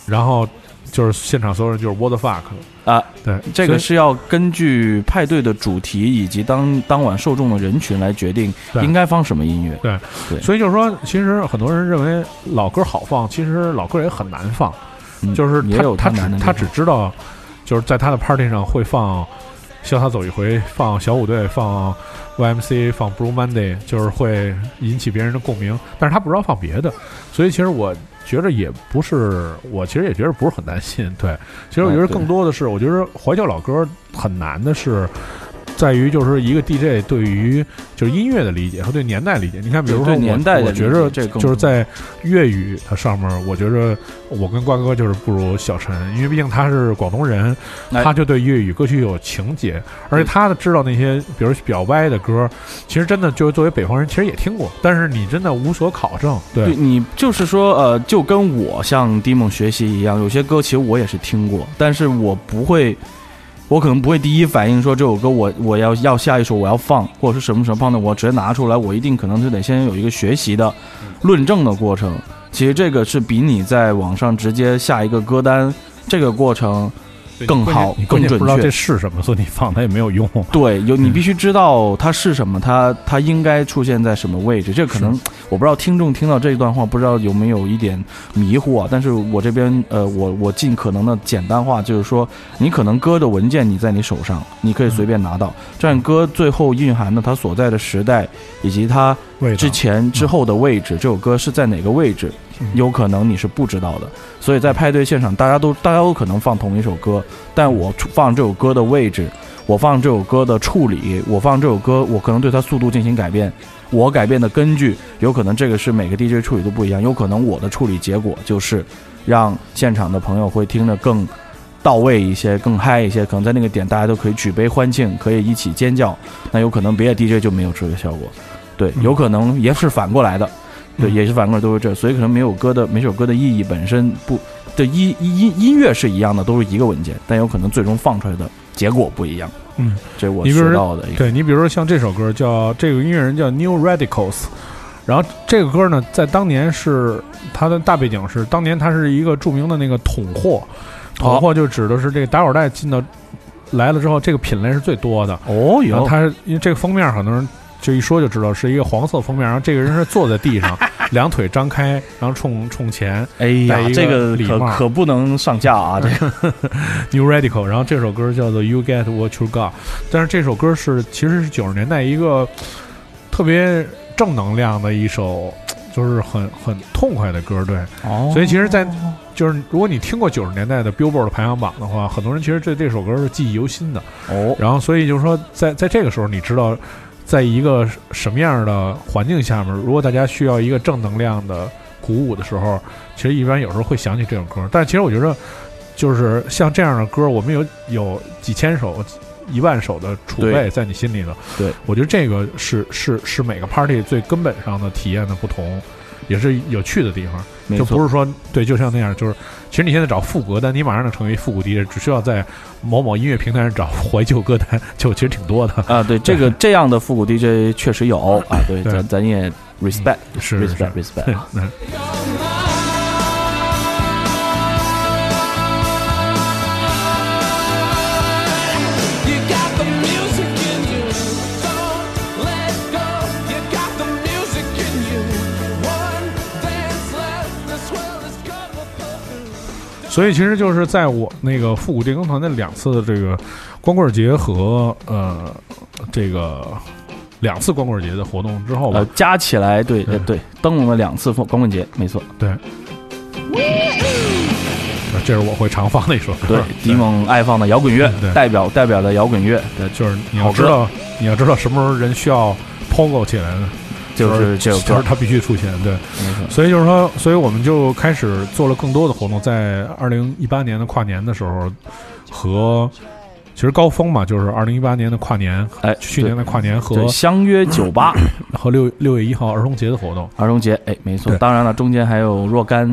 Speaker 1: 然后就是现场所有人就是 what the fuck
Speaker 2: 啊，
Speaker 1: 对，
Speaker 2: 这个
Speaker 1: 所
Speaker 2: 是要根据派对的主题以及当当晚受众的人群来决定
Speaker 1: 对
Speaker 2: 应该放什么音乐。
Speaker 1: 以所以就是说，其实很多人认为老歌好放，其实老歌也很难放，
Speaker 2: 嗯
Speaker 1: 就是
Speaker 2: 也有
Speaker 1: 他
Speaker 2: 难的
Speaker 1: 只
Speaker 2: 地
Speaker 1: 他
Speaker 2: 方
Speaker 1: 只知道就是在他的 party 上会放《潇洒走一回》，放小虎队，放 YMC，放 Blue Monday，就是会引起别人的共鸣，但是他不知道放别的，所以其实我觉着也不是，我其实也觉着不是很担心。对，其实我觉得
Speaker 2: 啊对
Speaker 1: 更多的是，我觉得怀旧老歌很难的是。在于就是一个 DJ 对于就是音乐的理解和对年代理解，你看，比如说
Speaker 2: 对
Speaker 1: 我
Speaker 2: 年代的
Speaker 1: 我
Speaker 2: 理解
Speaker 1: 觉着
Speaker 2: 这更
Speaker 1: 就是在粤语的上面，我觉着我跟瓜哥就是不如小陈，因为毕竟他是广东人，
Speaker 2: 哎嗯
Speaker 1: 他就对粤语歌曲有情结，而且他知道那些比如比较歪的歌，其实真的就是作为北方人，其实也听过，但是你真的无所考证。
Speaker 2: 对
Speaker 1: 对，
Speaker 2: 你就是说，呃，就跟我向 Dimon 学习一样，有些歌其实我也是听过，但是我不会，我可能不会第一反应说这首歌我我要要下一首我要放，或者是什么什么放的，我直接拿出来，我一定可能就得先有一个学习的论证的过程。其实这个是比你在网上直接下一个歌单这个过程更好
Speaker 5: 你、关
Speaker 2: 更
Speaker 5: 键
Speaker 2: 准
Speaker 5: 不知道
Speaker 2: 确
Speaker 5: 这。是什么，所以你放它也没有用。
Speaker 2: 对，有你
Speaker 5: 嗯
Speaker 2: 必须知道它是什么，它它应该出现在什么位置。这可能我不知道听众听到这一段话，不知道有没有一点迷糊啊？但是我这边呃，我我尽可能的简单化，就是说，你可能歌的文件你在你手上，你可以随便拿到，这样歌最后蕴含的它所在的时代以及它
Speaker 1: 味道 嗯
Speaker 2: 之前之后的位置，这首歌是在哪个位置，有可能你是不知道的。所以在派对现场，大家都大家都可能放同一首歌，但我出放这首歌的位置，我放这首歌的处理，我放这首歌，我可能对它速度进行改变。我改变的根据，有可能这个是每个 DJ 处理都不一样，有可能我的处理结果就是让现场的朋友会听得更到位一些，更嗨一些。可能在那个点，大家都可以举杯欢庆，可以一起尖叫。那有可能别的 DJ 就没有这个效果，对，有可能也是反过来的，对，
Speaker 1: 嗯
Speaker 2: 也是反过来都是这，所以可能没有歌的每首歌的意义本身不的音音音乐是一样的，都是一个文件，但有可能最终放出来的结果不一样。
Speaker 1: 嗯，
Speaker 2: 这我
Speaker 1: 你比如说
Speaker 2: 学到的一个，
Speaker 1: 对你比如说像这首歌叫这个音乐人叫 New Radicals，然后这个歌呢，在当年是它的大背景是当年它是一个著名的那个桶货，
Speaker 2: 哦
Speaker 1: 桶货就指的是这个打火带进到来了之后，这个品类是最多的。
Speaker 2: 哦
Speaker 1: 然后
Speaker 2: 有
Speaker 1: 它是因为这个封面很多人就一说就知道是一个黄色封面，然后这个人是坐在地上，两腿张开，然后冲冲前
Speaker 2: 哎
Speaker 1: 戴
Speaker 2: 呀，
Speaker 1: 一
Speaker 2: 这
Speaker 1: 个
Speaker 2: 个
Speaker 1: 礼
Speaker 2: 可
Speaker 1: 帽
Speaker 2: 可不能上架啊！这个
Speaker 1: New Radical，然后这首歌叫做 You Get What You Got，但是这首歌是其实是九十年代一个特别正能量的一首，就是很很痛快的歌，对，
Speaker 2: 哦
Speaker 1: 所以其实在，就是如果你听过九十年代的 Billboard 排行榜的话，很多人其实对这首歌是记忆犹新的。
Speaker 2: 哦
Speaker 1: 然后所以就是说在，在这个时候，你知道，在一个什么样的环境下面，如果大家需要一个正能量的鼓舞的时候，其实一般有时候会想起这种歌。但其实我觉得，就是像这样的歌，我们有有几千首、一万首的储备
Speaker 2: 对
Speaker 1: 在你心里呢。
Speaker 2: 对，
Speaker 1: 我觉得这个是是是每个 party 最根本上的体验的不同，也是有趣的地方。
Speaker 2: 没
Speaker 1: 就
Speaker 2: 错
Speaker 1: 不是说对，就像那样，就是其实你现在找复古歌单，你马上能成为复古 DJ，只需要在某某音乐平台上找怀旧歌单，就其实挺多的。
Speaker 2: 啊，对这个这样的复古 DJ 确实有啊，对，
Speaker 1: 对嗯
Speaker 2: 咱咱也 respect
Speaker 1: 是
Speaker 2: respect respect 啊。
Speaker 1: 嗯，
Speaker 6: You got the music in you. Don't let go. You got the music in you. One dance left. This world is gonna burn.
Speaker 1: 所以其实就是在我那个复古电工团的两次的这个光棍节和呃这个两次光棍节的活动之后
Speaker 2: 呃
Speaker 1: 吧，，嗯
Speaker 2: 加起来对
Speaker 1: 对
Speaker 2: 呃对，灯笼了两次光棍节，没错，
Speaker 1: 对，这是我会常放的一首歌。
Speaker 2: 对，迪蒙爱放的摇滚乐
Speaker 1: 嗯对
Speaker 2: 代表代表的摇滚乐，
Speaker 1: 对，就是你要
Speaker 2: 好歌
Speaker 1: 知道，你要知道什么时候人需要 POGO 起来呢？
Speaker 2: 就是这首
Speaker 1: 就
Speaker 2: 歌
Speaker 1: 是，他必须出现。对，
Speaker 2: 没错。
Speaker 1: 所以就是说，所以我们就开始做了更多的活动，在二零一八年的跨年的时候，和其实高峰嘛，就是二零一八年的跨年，
Speaker 2: 哎，
Speaker 1: 去年的嗯跨年和
Speaker 2: 对相约酒吧
Speaker 1: 和六六月一号儿童节的活动，
Speaker 2: 儿童节，哎，没错。
Speaker 1: 对
Speaker 2: 当然了，中间还有若干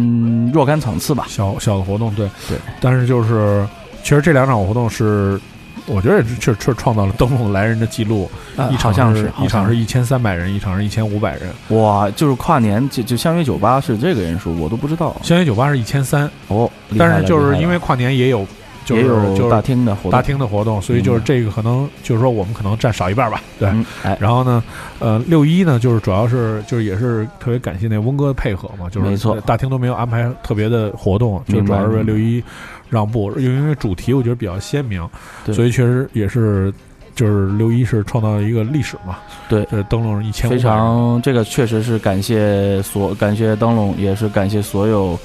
Speaker 2: 若干场次吧。
Speaker 1: 小小的活动，对
Speaker 2: 对。
Speaker 1: 但是就是，其实这两场活动是，我觉得也是确确实创造了登陆来人的记录，
Speaker 2: 啊
Speaker 1: 一场
Speaker 2: 好像
Speaker 1: 是
Speaker 2: 是好
Speaker 1: 一场
Speaker 2: 像
Speaker 1: 是一千三百人，一场是一千五百人，
Speaker 2: 哇，就是跨年就就相约酒吧是这个人数，我都不知道
Speaker 1: 相约酒吧是一千三，
Speaker 2: 哦。厉害
Speaker 1: 但
Speaker 2: 了
Speaker 1: 是就
Speaker 2: 厉害
Speaker 1: 是
Speaker 2: 了
Speaker 1: 因为跨年也有。就
Speaker 2: 也
Speaker 1: 是
Speaker 2: 有
Speaker 1: 就
Speaker 2: 大
Speaker 1: 是
Speaker 2: 厅的活动，
Speaker 1: 大厅的活动，所以就是这个可能就是说我们可能占少一半儿吧，对。
Speaker 2: 嗯，哎，
Speaker 1: 然后呢，呃，六一呢，就是主要是就是也是特别感谢那温哥的配合嘛，就是
Speaker 2: 没错
Speaker 1: 大厅都没有安排特别的活动，就
Speaker 2: 明
Speaker 1: 主
Speaker 2: 白
Speaker 1: 要是为
Speaker 2: 明白
Speaker 1: 六一让步，因为主题我觉得比较鲜明，
Speaker 2: 对
Speaker 1: 所以确实也是就是六一是创造了一个历史嘛，
Speaker 2: 对
Speaker 1: 这登陆一千
Speaker 2: 非常这个确实是感谢所感谢灯笼，也是感谢所有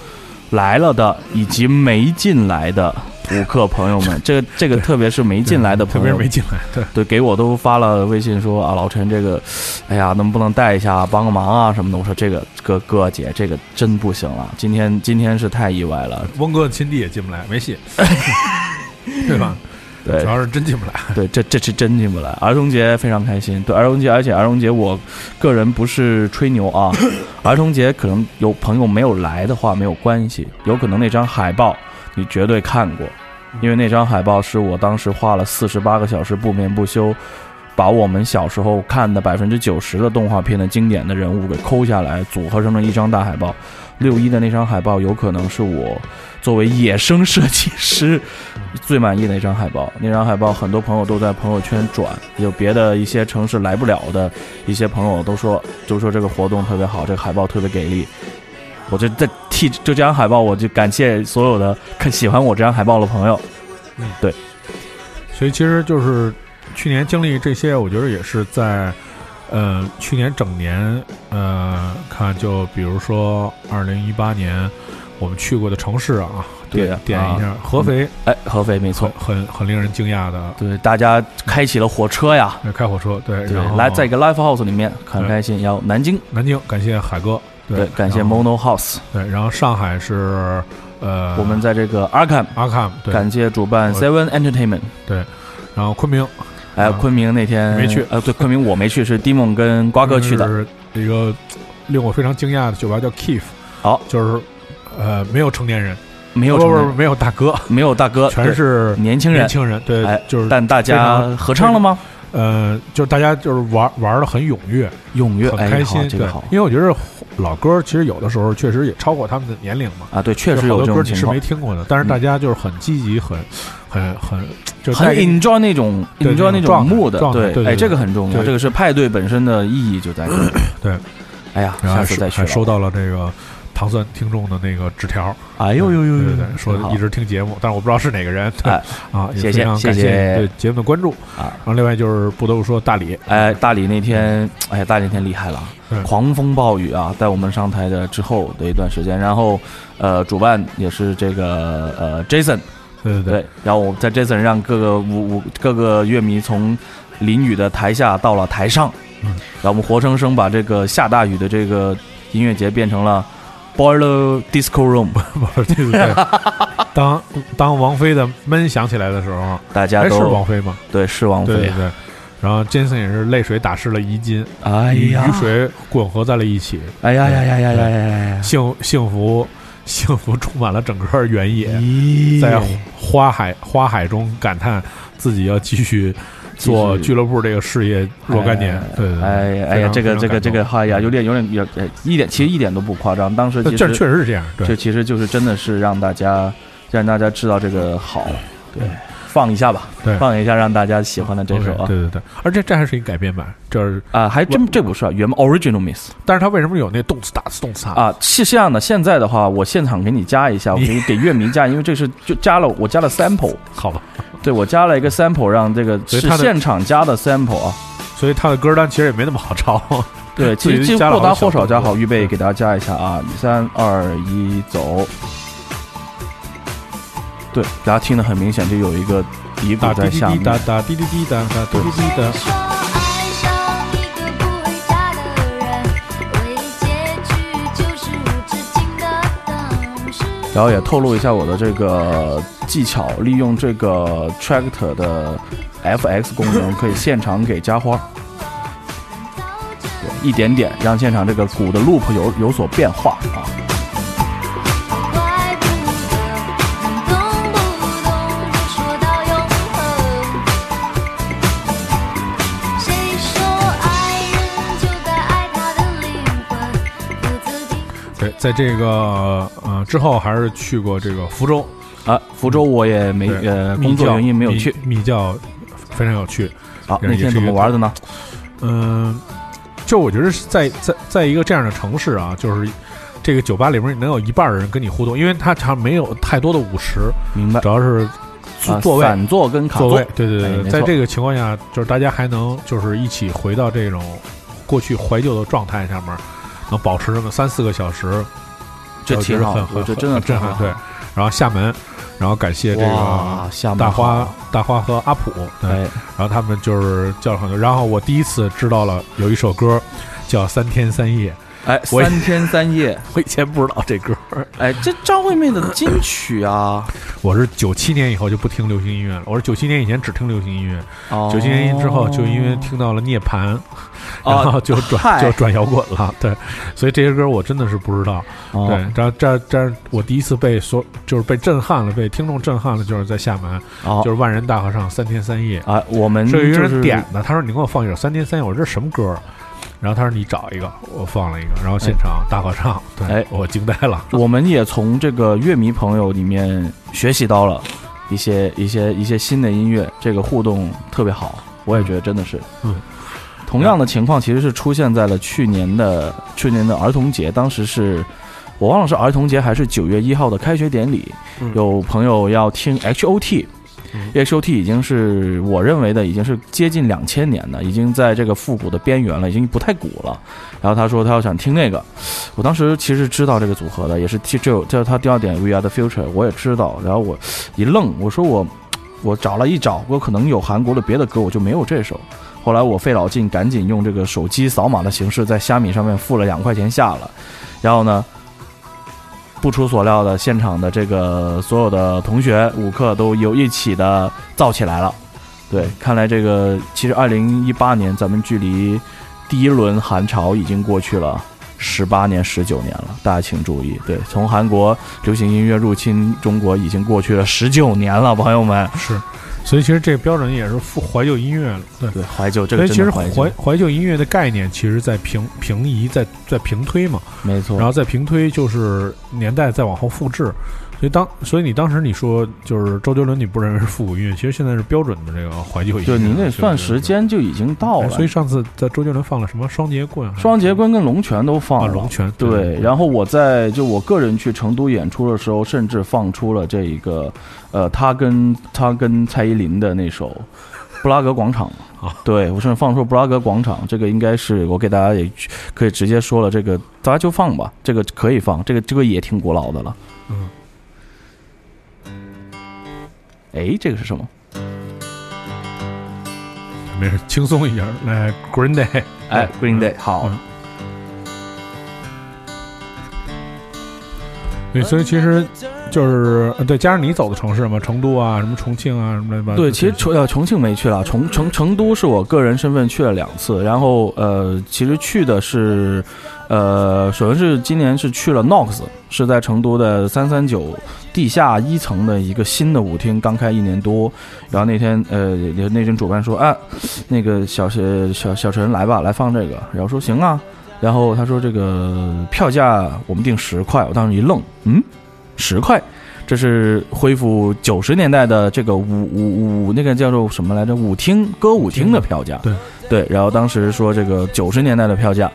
Speaker 2: 来了的以及没进来 的舞客朋友们。这个这个特别是没进来的
Speaker 1: 特
Speaker 2: 朋
Speaker 1: 别是
Speaker 2: 友
Speaker 1: 没，进来，对，
Speaker 2: 对，给我都发了微信说啊，老陈这个，哎呀，能不能带一下，帮个忙啊什么的。我说这个哥哥姐，这个真不行了，今天今天是太意外了，
Speaker 1: 翁哥的亲弟也进不来，没 戏，对吧？
Speaker 2: 对
Speaker 1: 主。要是真进不来，
Speaker 2: 对，这这是真进不来。儿童节非常开心，对儿童节，而且儿童节我个人不是吹牛啊，儿童节可能有朋友没有来的话没有关系，有可能那张海报你绝对看过，因为那张海报是我当时花了四十八个小时不眠不休。把我们小时候看的百分之九十的动画片的经典的人物给抠下来，组合成了一张大海报。六一的那张海报有可能是我作为野生设计师最满意的一张海报。那张海报很多朋友都在朋友圈转，有别的一些城市来不了的一些朋友都说，都说这个活动特别好，这个海报特别给力。我就在替就这张海报，我就感谢所有的看喜欢我这张海报的朋友。
Speaker 1: 所以其实就是去年经历这些，我觉得也是在呃去年整年呃看，就比如说二零一八年我们去过的城市啊，
Speaker 2: 对
Speaker 1: 点
Speaker 2: 啊
Speaker 1: 点一下合肥，
Speaker 2: 哎，合肥没
Speaker 1: 很
Speaker 2: 错，
Speaker 1: 很很令人惊讶的。
Speaker 2: 对大家开启了火车呀。
Speaker 1: 呃开火车，对，
Speaker 2: 对
Speaker 1: 然，后
Speaker 2: 来在一个 live house 里面很
Speaker 1: 对
Speaker 2: 开心。然后南京，
Speaker 1: 南京，感谢海哥，
Speaker 2: 对，感谢
Speaker 1: 然后
Speaker 2: Mono House，
Speaker 1: 对，然后上海是呃
Speaker 2: 我们在这个 Arkham，
Speaker 1: 阿卡姆，对
Speaker 2: 感谢主办
Speaker 1: 我
Speaker 2: Seven Entertainment。
Speaker 1: 然后昆明
Speaker 2: 哎，
Speaker 1: 啊
Speaker 2: 昆明那天
Speaker 1: 没去嗯
Speaker 2: 呃，对，昆明我没去，是 Dimon 跟瓜哥去的。
Speaker 1: 是一个令我非常惊讶的酒吧叫 Keef，
Speaker 2: 好，
Speaker 1: 就是呃没有成年人，
Speaker 2: 没有
Speaker 1: 不
Speaker 2: 成
Speaker 1: 不
Speaker 2: 人
Speaker 1: 不没有大 哥，
Speaker 2: 没有大哥，
Speaker 1: 全
Speaker 2: 对
Speaker 1: 是
Speaker 2: 年轻
Speaker 1: 年
Speaker 2: 人。
Speaker 1: 轻人，对
Speaker 2: 哎，
Speaker 1: 就是
Speaker 2: 但大
Speaker 1: 非
Speaker 2: 家合唱了吗？
Speaker 1: 呃就是大家就是玩玩的很踊跃，
Speaker 2: 踊跃，
Speaker 1: 很
Speaker 2: 哎，
Speaker 1: 开
Speaker 2: 好
Speaker 1: 心，
Speaker 2: 这个
Speaker 1: 对
Speaker 2: 好，
Speaker 1: 因为我觉得老歌其实有的时候确实也超过他们的年龄嘛。
Speaker 2: 啊，对，确
Speaker 1: 就
Speaker 2: 实
Speaker 1: 好
Speaker 2: 有
Speaker 1: 多歌你
Speaker 2: 这种情
Speaker 1: 是
Speaker 2: 况嗯
Speaker 1: 没，听过的，但是大家就是很积极，很很很就
Speaker 2: 很
Speaker 1: 带给你
Speaker 2: enjoy 那种
Speaker 1: 对
Speaker 2: enjoy
Speaker 1: 那种
Speaker 2: 那种
Speaker 1: 状态
Speaker 2: mood，的
Speaker 1: 状态对对
Speaker 2: 哎，
Speaker 1: 对
Speaker 2: 这个很重要，
Speaker 1: 对
Speaker 2: 这个是派对本身的意义就在这里。
Speaker 1: 对，
Speaker 2: 哎呀，
Speaker 1: 然后
Speaker 2: 下
Speaker 1: 还
Speaker 2: 次再
Speaker 1: 啊收
Speaker 2: 去
Speaker 1: 还
Speaker 2: 了
Speaker 1: 收，到了这个糖蒜听众的那个纸条，
Speaker 2: 哎呦呦呦
Speaker 1: 对对
Speaker 2: 呦
Speaker 1: 对，，说
Speaker 2: 真好
Speaker 1: 一直听节目，但是我不知道是哪个人，对
Speaker 2: 哎
Speaker 1: 啊，也
Speaker 2: 谢
Speaker 1: 非
Speaker 2: 谢
Speaker 1: 常
Speaker 2: 谢
Speaker 1: 感谢
Speaker 2: 谢
Speaker 1: 对节目的关注
Speaker 2: 啊
Speaker 1: 然后另外就是不得不说大理，
Speaker 2: 哎，大理那天，哎呀，大理那天厉害了啊
Speaker 1: 嗯，
Speaker 2: 狂风暴雨啊，在我们上台的之后的一段时间，然后，呃，主办也是这个呃 Jason，
Speaker 1: 对对
Speaker 2: 对，然后我在 Jason 让各个舞舞各个乐迷从淋雨的台下到了台上，
Speaker 1: 嗯
Speaker 2: 然后我们活生生把这个下大雨的这个音乐节变成了 Boiler Disco Room，
Speaker 1: 对对对对，当当王菲的闷响起来的时候，
Speaker 2: 大家
Speaker 1: 哎是
Speaker 2: 都
Speaker 1: 王菲吗？
Speaker 2: 对是王
Speaker 1: 对
Speaker 2: 菲啊
Speaker 1: 对，对。然后 Jason 也是泪水打湿了衣襟，
Speaker 2: 哎
Speaker 1: 与雨
Speaker 2: 呀，
Speaker 1: 水混合在了一起，
Speaker 2: 哎呀呀呀呀呀呀呀呀，
Speaker 1: 幸幸福幸福充满了整个原
Speaker 2: 哎
Speaker 1: 野。
Speaker 2: 咦
Speaker 1: 在花海花海中感叹自己要继续做
Speaker 2: 继续
Speaker 1: 俱乐部这个事业若干年。对对对，
Speaker 2: 哎呀哎呀，
Speaker 1: 非常
Speaker 2: 这个
Speaker 1: 非
Speaker 2: 这
Speaker 1: 常感
Speaker 2: 个这
Speaker 1: 动
Speaker 2: 个，哎呀，有点有点有呃一点，其实一点都不夸张。当时
Speaker 1: 这
Speaker 2: 其
Speaker 1: 这
Speaker 2: 实
Speaker 1: 确实是这样。对
Speaker 2: 就，其实就是真的是让大家让大家知道这个好，对，放一下吧，
Speaker 1: 对
Speaker 2: 放一下让大家喜欢的这首
Speaker 1: OK，
Speaker 2: 啊
Speaker 1: 对对对，而且这还是一个改编版，就是，
Speaker 2: 啊，还真这不是啊原 original miss
Speaker 1: 但是他为什么有那动次打次动次打次？
Speaker 2: 啊，是这样的。现在的话，我现场给你加一下，我
Speaker 1: 你
Speaker 2: 给你给乐迷加，因为这是就加了我加了 sample，
Speaker 1: 好吧，
Speaker 2: 对我加了一个 sample，让这个
Speaker 1: 所
Speaker 2: 是
Speaker 1: 以它的
Speaker 2: 现场加的 sample 啊。
Speaker 1: 所以他的歌单其实也没那么好 找。
Speaker 2: 对，其
Speaker 1: 自
Speaker 2: 实
Speaker 1: 己
Speaker 2: 就
Speaker 1: 加了
Speaker 2: 或
Speaker 1: 好
Speaker 2: 多
Speaker 1: 几小
Speaker 2: 或少加
Speaker 1: 动
Speaker 2: 好，
Speaker 1: 作
Speaker 2: 预备
Speaker 1: 对
Speaker 2: 给大家加一下啊，三二一，走。对，大家听得很明显，就有一个底鼓
Speaker 1: 哒滴
Speaker 2: 在
Speaker 1: 滴
Speaker 2: 下
Speaker 1: 滴
Speaker 2: 面
Speaker 1: 哒。哒滴滴滴哒哒滴滴滴哒
Speaker 3: 谁。说爱上一个不爱他的人，唯一结局就是无止境的等时
Speaker 2: 然后也透露一下我的这个技巧，利用这个 Tractor 的 FX 功能，可以现场给加花对一点点，让现场这个鼓的 loop 有有所变化啊。
Speaker 3: 怪不得你动不动就说到永恒。谁说爱人就该爱他的灵魂，不自禁。
Speaker 1: 对，在这个呃之后还是去过这个福州，
Speaker 2: 啊，福州我也没
Speaker 1: 对
Speaker 2: 呃
Speaker 1: 密
Speaker 2: 工作
Speaker 1: 教
Speaker 2: 原因没有去
Speaker 1: 密密教非常有趣。
Speaker 2: 啊。
Speaker 1: 也
Speaker 2: 那天
Speaker 1: 是
Speaker 2: 怎
Speaker 1: 一
Speaker 2: 么
Speaker 1: 个
Speaker 2: 玩的呢？
Speaker 1: 嗯，就我觉得是在在在一个这样的城市啊，就是这个酒吧里面能有一半儿人跟你互动，因为它常没有太多的舞池，
Speaker 2: 明白
Speaker 1: 主。要是座
Speaker 2: 啊
Speaker 1: 座位
Speaker 2: 散座跟卡
Speaker 1: 座位，对对
Speaker 2: 哎
Speaker 1: 对，
Speaker 2: 没
Speaker 1: 在
Speaker 2: 错
Speaker 1: 这个情况下，就是大家还能就是一起回到这种过去怀旧的状态上面，能保持这么三四个小时，
Speaker 2: 这
Speaker 1: 我觉
Speaker 2: 挺
Speaker 1: 得
Speaker 2: 好
Speaker 1: 很
Speaker 2: 我
Speaker 1: 很
Speaker 2: 觉得真的
Speaker 1: 很震
Speaker 2: 挺
Speaker 1: 撼。
Speaker 2: 好
Speaker 1: 对，然后厦门，然后感谢这
Speaker 2: 哇
Speaker 1: 个
Speaker 2: 厦门
Speaker 1: 大花
Speaker 2: 好
Speaker 1: 大花和阿普，对，
Speaker 2: 哎，
Speaker 1: 然后他们就是叫了很多。然后我第一次知道了有一首歌叫《三天三夜
Speaker 2: 哎，
Speaker 1: 我也
Speaker 2: 三天三夜，》，
Speaker 1: 我以前不知道这歌，
Speaker 2: 哎，这张惠妹的金曲啊，
Speaker 1: 我是九七年以后就不听流行音乐了，我是九七年以前只听流行音乐，
Speaker 2: 哦
Speaker 1: 九七年之后就因为听到了涅槃，然后
Speaker 2: 哦，
Speaker 1: 啊就转
Speaker 2: 嗨
Speaker 1: 就转摇滚了。对，所以这些歌我真的是不知道。
Speaker 2: 哦
Speaker 1: 对，这这这，我第一次被所就是被震撼了，被听众震撼了，就是在厦门，
Speaker 2: 哦，
Speaker 1: 就是万人大合唱三天三夜，
Speaker 2: 啊，我们
Speaker 1: 是有一个
Speaker 2: 就
Speaker 1: 人
Speaker 2: 是
Speaker 1: 点的，他说你给我放一首三天三夜，我说这什么歌儿？然后他说你找一个，我放了一个，然后现场大合唱，对，
Speaker 2: 哎
Speaker 1: 我惊呆了。
Speaker 2: 我们也从这个乐迷朋友里面学习到了一些一些一些新的音乐，这个互动特别好，我也觉得真的是，
Speaker 1: 嗯。
Speaker 2: 同样的情况其实是出现在了去年的去年的儿童节，当时是我忘了是儿童节还是九月一号的开学典礼，有朋友要听 H O T。H O T 已经是我认为的，已经是接近两千年的，已经在这个复古的边缘了，已经不太古了。然后他说他要想听那个，我当时其实知道这个组合的，也是听这这是他第二点《We Are the Future》，我也知道。然后我一愣，我说我我找了一找，我可能有韩国的别的歌，我就没有这首。后来我费老劲，赶紧用这个手机扫码的形式在虾米上面付了两块钱下了。然后呢，不出所料的，现场的这个所有的同学舞课都有一起的造起来了。对，看来这个其实二零一八年咱们距离第一轮寒潮已经过去了。十八年、十九年了，大家请注意。对，从韩国流行音乐入侵中国已经过去了十九年了，朋友们。
Speaker 1: 是，所以其实这个标准也是复怀旧音乐了，对。
Speaker 2: 对，怀旧这
Speaker 1: 所
Speaker 2: 个
Speaker 1: 以
Speaker 2: 真
Speaker 1: 其实
Speaker 2: 的怀旧
Speaker 1: 怀，怀旧音乐的概念，其实在平平移，在在平推嘛，
Speaker 2: 没错。
Speaker 1: 然后再平推就是年代再往后复制，所以当所以你当时你说就是周杰伦，你不认为是复古音乐，其实现在是标准的这个怀旧音乐，
Speaker 2: 就您
Speaker 1: 对
Speaker 2: 那算
Speaker 1: 对
Speaker 2: 时
Speaker 1: 对
Speaker 2: 间就已经到
Speaker 1: 哎
Speaker 2: 了，
Speaker 1: 所以上次在周杰伦放了什么双节棍还是，
Speaker 2: 双节棍跟龙泉都放
Speaker 1: 啊
Speaker 2: 了。
Speaker 1: 龙泉
Speaker 2: 对，然后我在就我个人去成都演出的时候，甚至放出了这一个，呃，他跟他跟蔡依林的那首《布拉格广场》
Speaker 1: 啊
Speaker 2: 对我甚至放出《布拉格广场》，这个应该是我给大家也可以直接说了，这个大家就放吧，这个可以放，这个这个也挺古老的了。
Speaker 1: 嗯，
Speaker 2: 哎，这个是什么？
Speaker 1: 没事轻松一下，来 Green Day，
Speaker 2: 哎，Green Day，好
Speaker 1: 嗯，对，所以其实就是呃对，加上你走的城市嘛，成都啊，什么重庆啊，什么乱七八糟
Speaker 2: 对，
Speaker 1: 这
Speaker 2: 其实
Speaker 1: 些
Speaker 2: 重呃重庆没去了，重成成都是我个人身份去了两次，然后呃其实去的是，呃首先是今年是去了 NOX，是在成都的三三九地下一层的一个新的舞厅，刚开一年多，然后那天呃也那阵主办说啊那个小小小小陈来吧，来放这个，然后说行啊，然后他说这个票价我们定十块，我当时一愣，嗯，十块。这是恢复九十年代的这个舞舞舞那个叫做什么来着？舞厅歌舞厅的票价。
Speaker 1: 对
Speaker 2: 对，然后当时说这个九十年代的票价，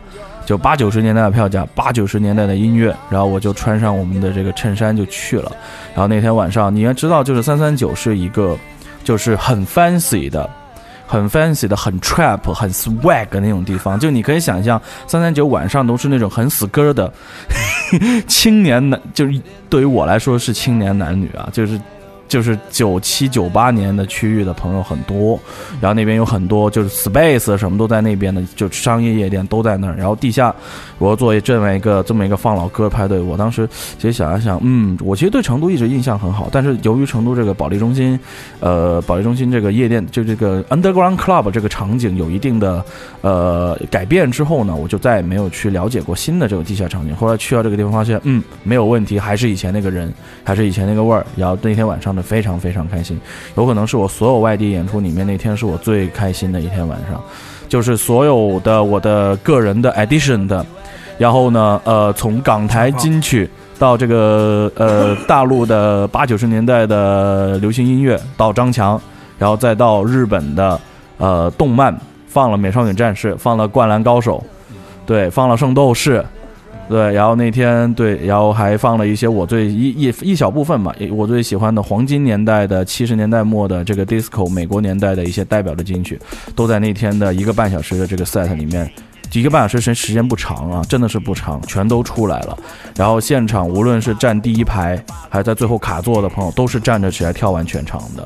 Speaker 2: 就八九十年代的票价，八九十年代的音乐，然后我就穿上我们的这个衬衫就去了。然后那天晚上，你要知道，就是三三九是一个就是很 fancy 的。很 fancy 的，很 trap，很 swag 的那种地方，就你可以想象，三三九晚上都是那种很死根儿的 青年男，就是对于我来说是青年男女啊，就是就是九七九八年的区域的朋友很多，然后那边有很多就是 space 什么都在那边的，就商业夜店都在那儿。然后地下，我作为这么一个这么一个放老歌派对，我当时其实想一想，嗯，我其实对成都一直印象很好，但是由于成都这个保利中心，呃，保利中心这个夜店就这个 underground club 这个场景有一定的呃改变之后呢，我就再也没有去了解过新的这个地下场景。后来去到这个地方，发现嗯没有问题，还是以前那个人，还是以前那个味儿。然后那天晚上的非常非常开心，有可能是我所有外地演出里面那天是我最开心的一天晚上，就是所有的我的个人的 edition 的，然后呢呃从港台金曲。到这个呃大陆的八九十年代的流行音乐，到张强，然后再到日本的呃动漫，放了《美少女战士》，放了《灌篮高手》，对，放了《圣斗士》，对，然后那天对，然后还放了一些我最一一一小部分嘛，也我最喜欢的黄金年代的七十年代末的这个 disco 美国年代的一些代表的金曲，都在那天的一个半小时的这个 set 里面。一个半小时时时间不长啊，真的是不长，全都出来了。然后现场无论是站第一排，还是在最后卡座的朋友，都是站着起来跳完全场的。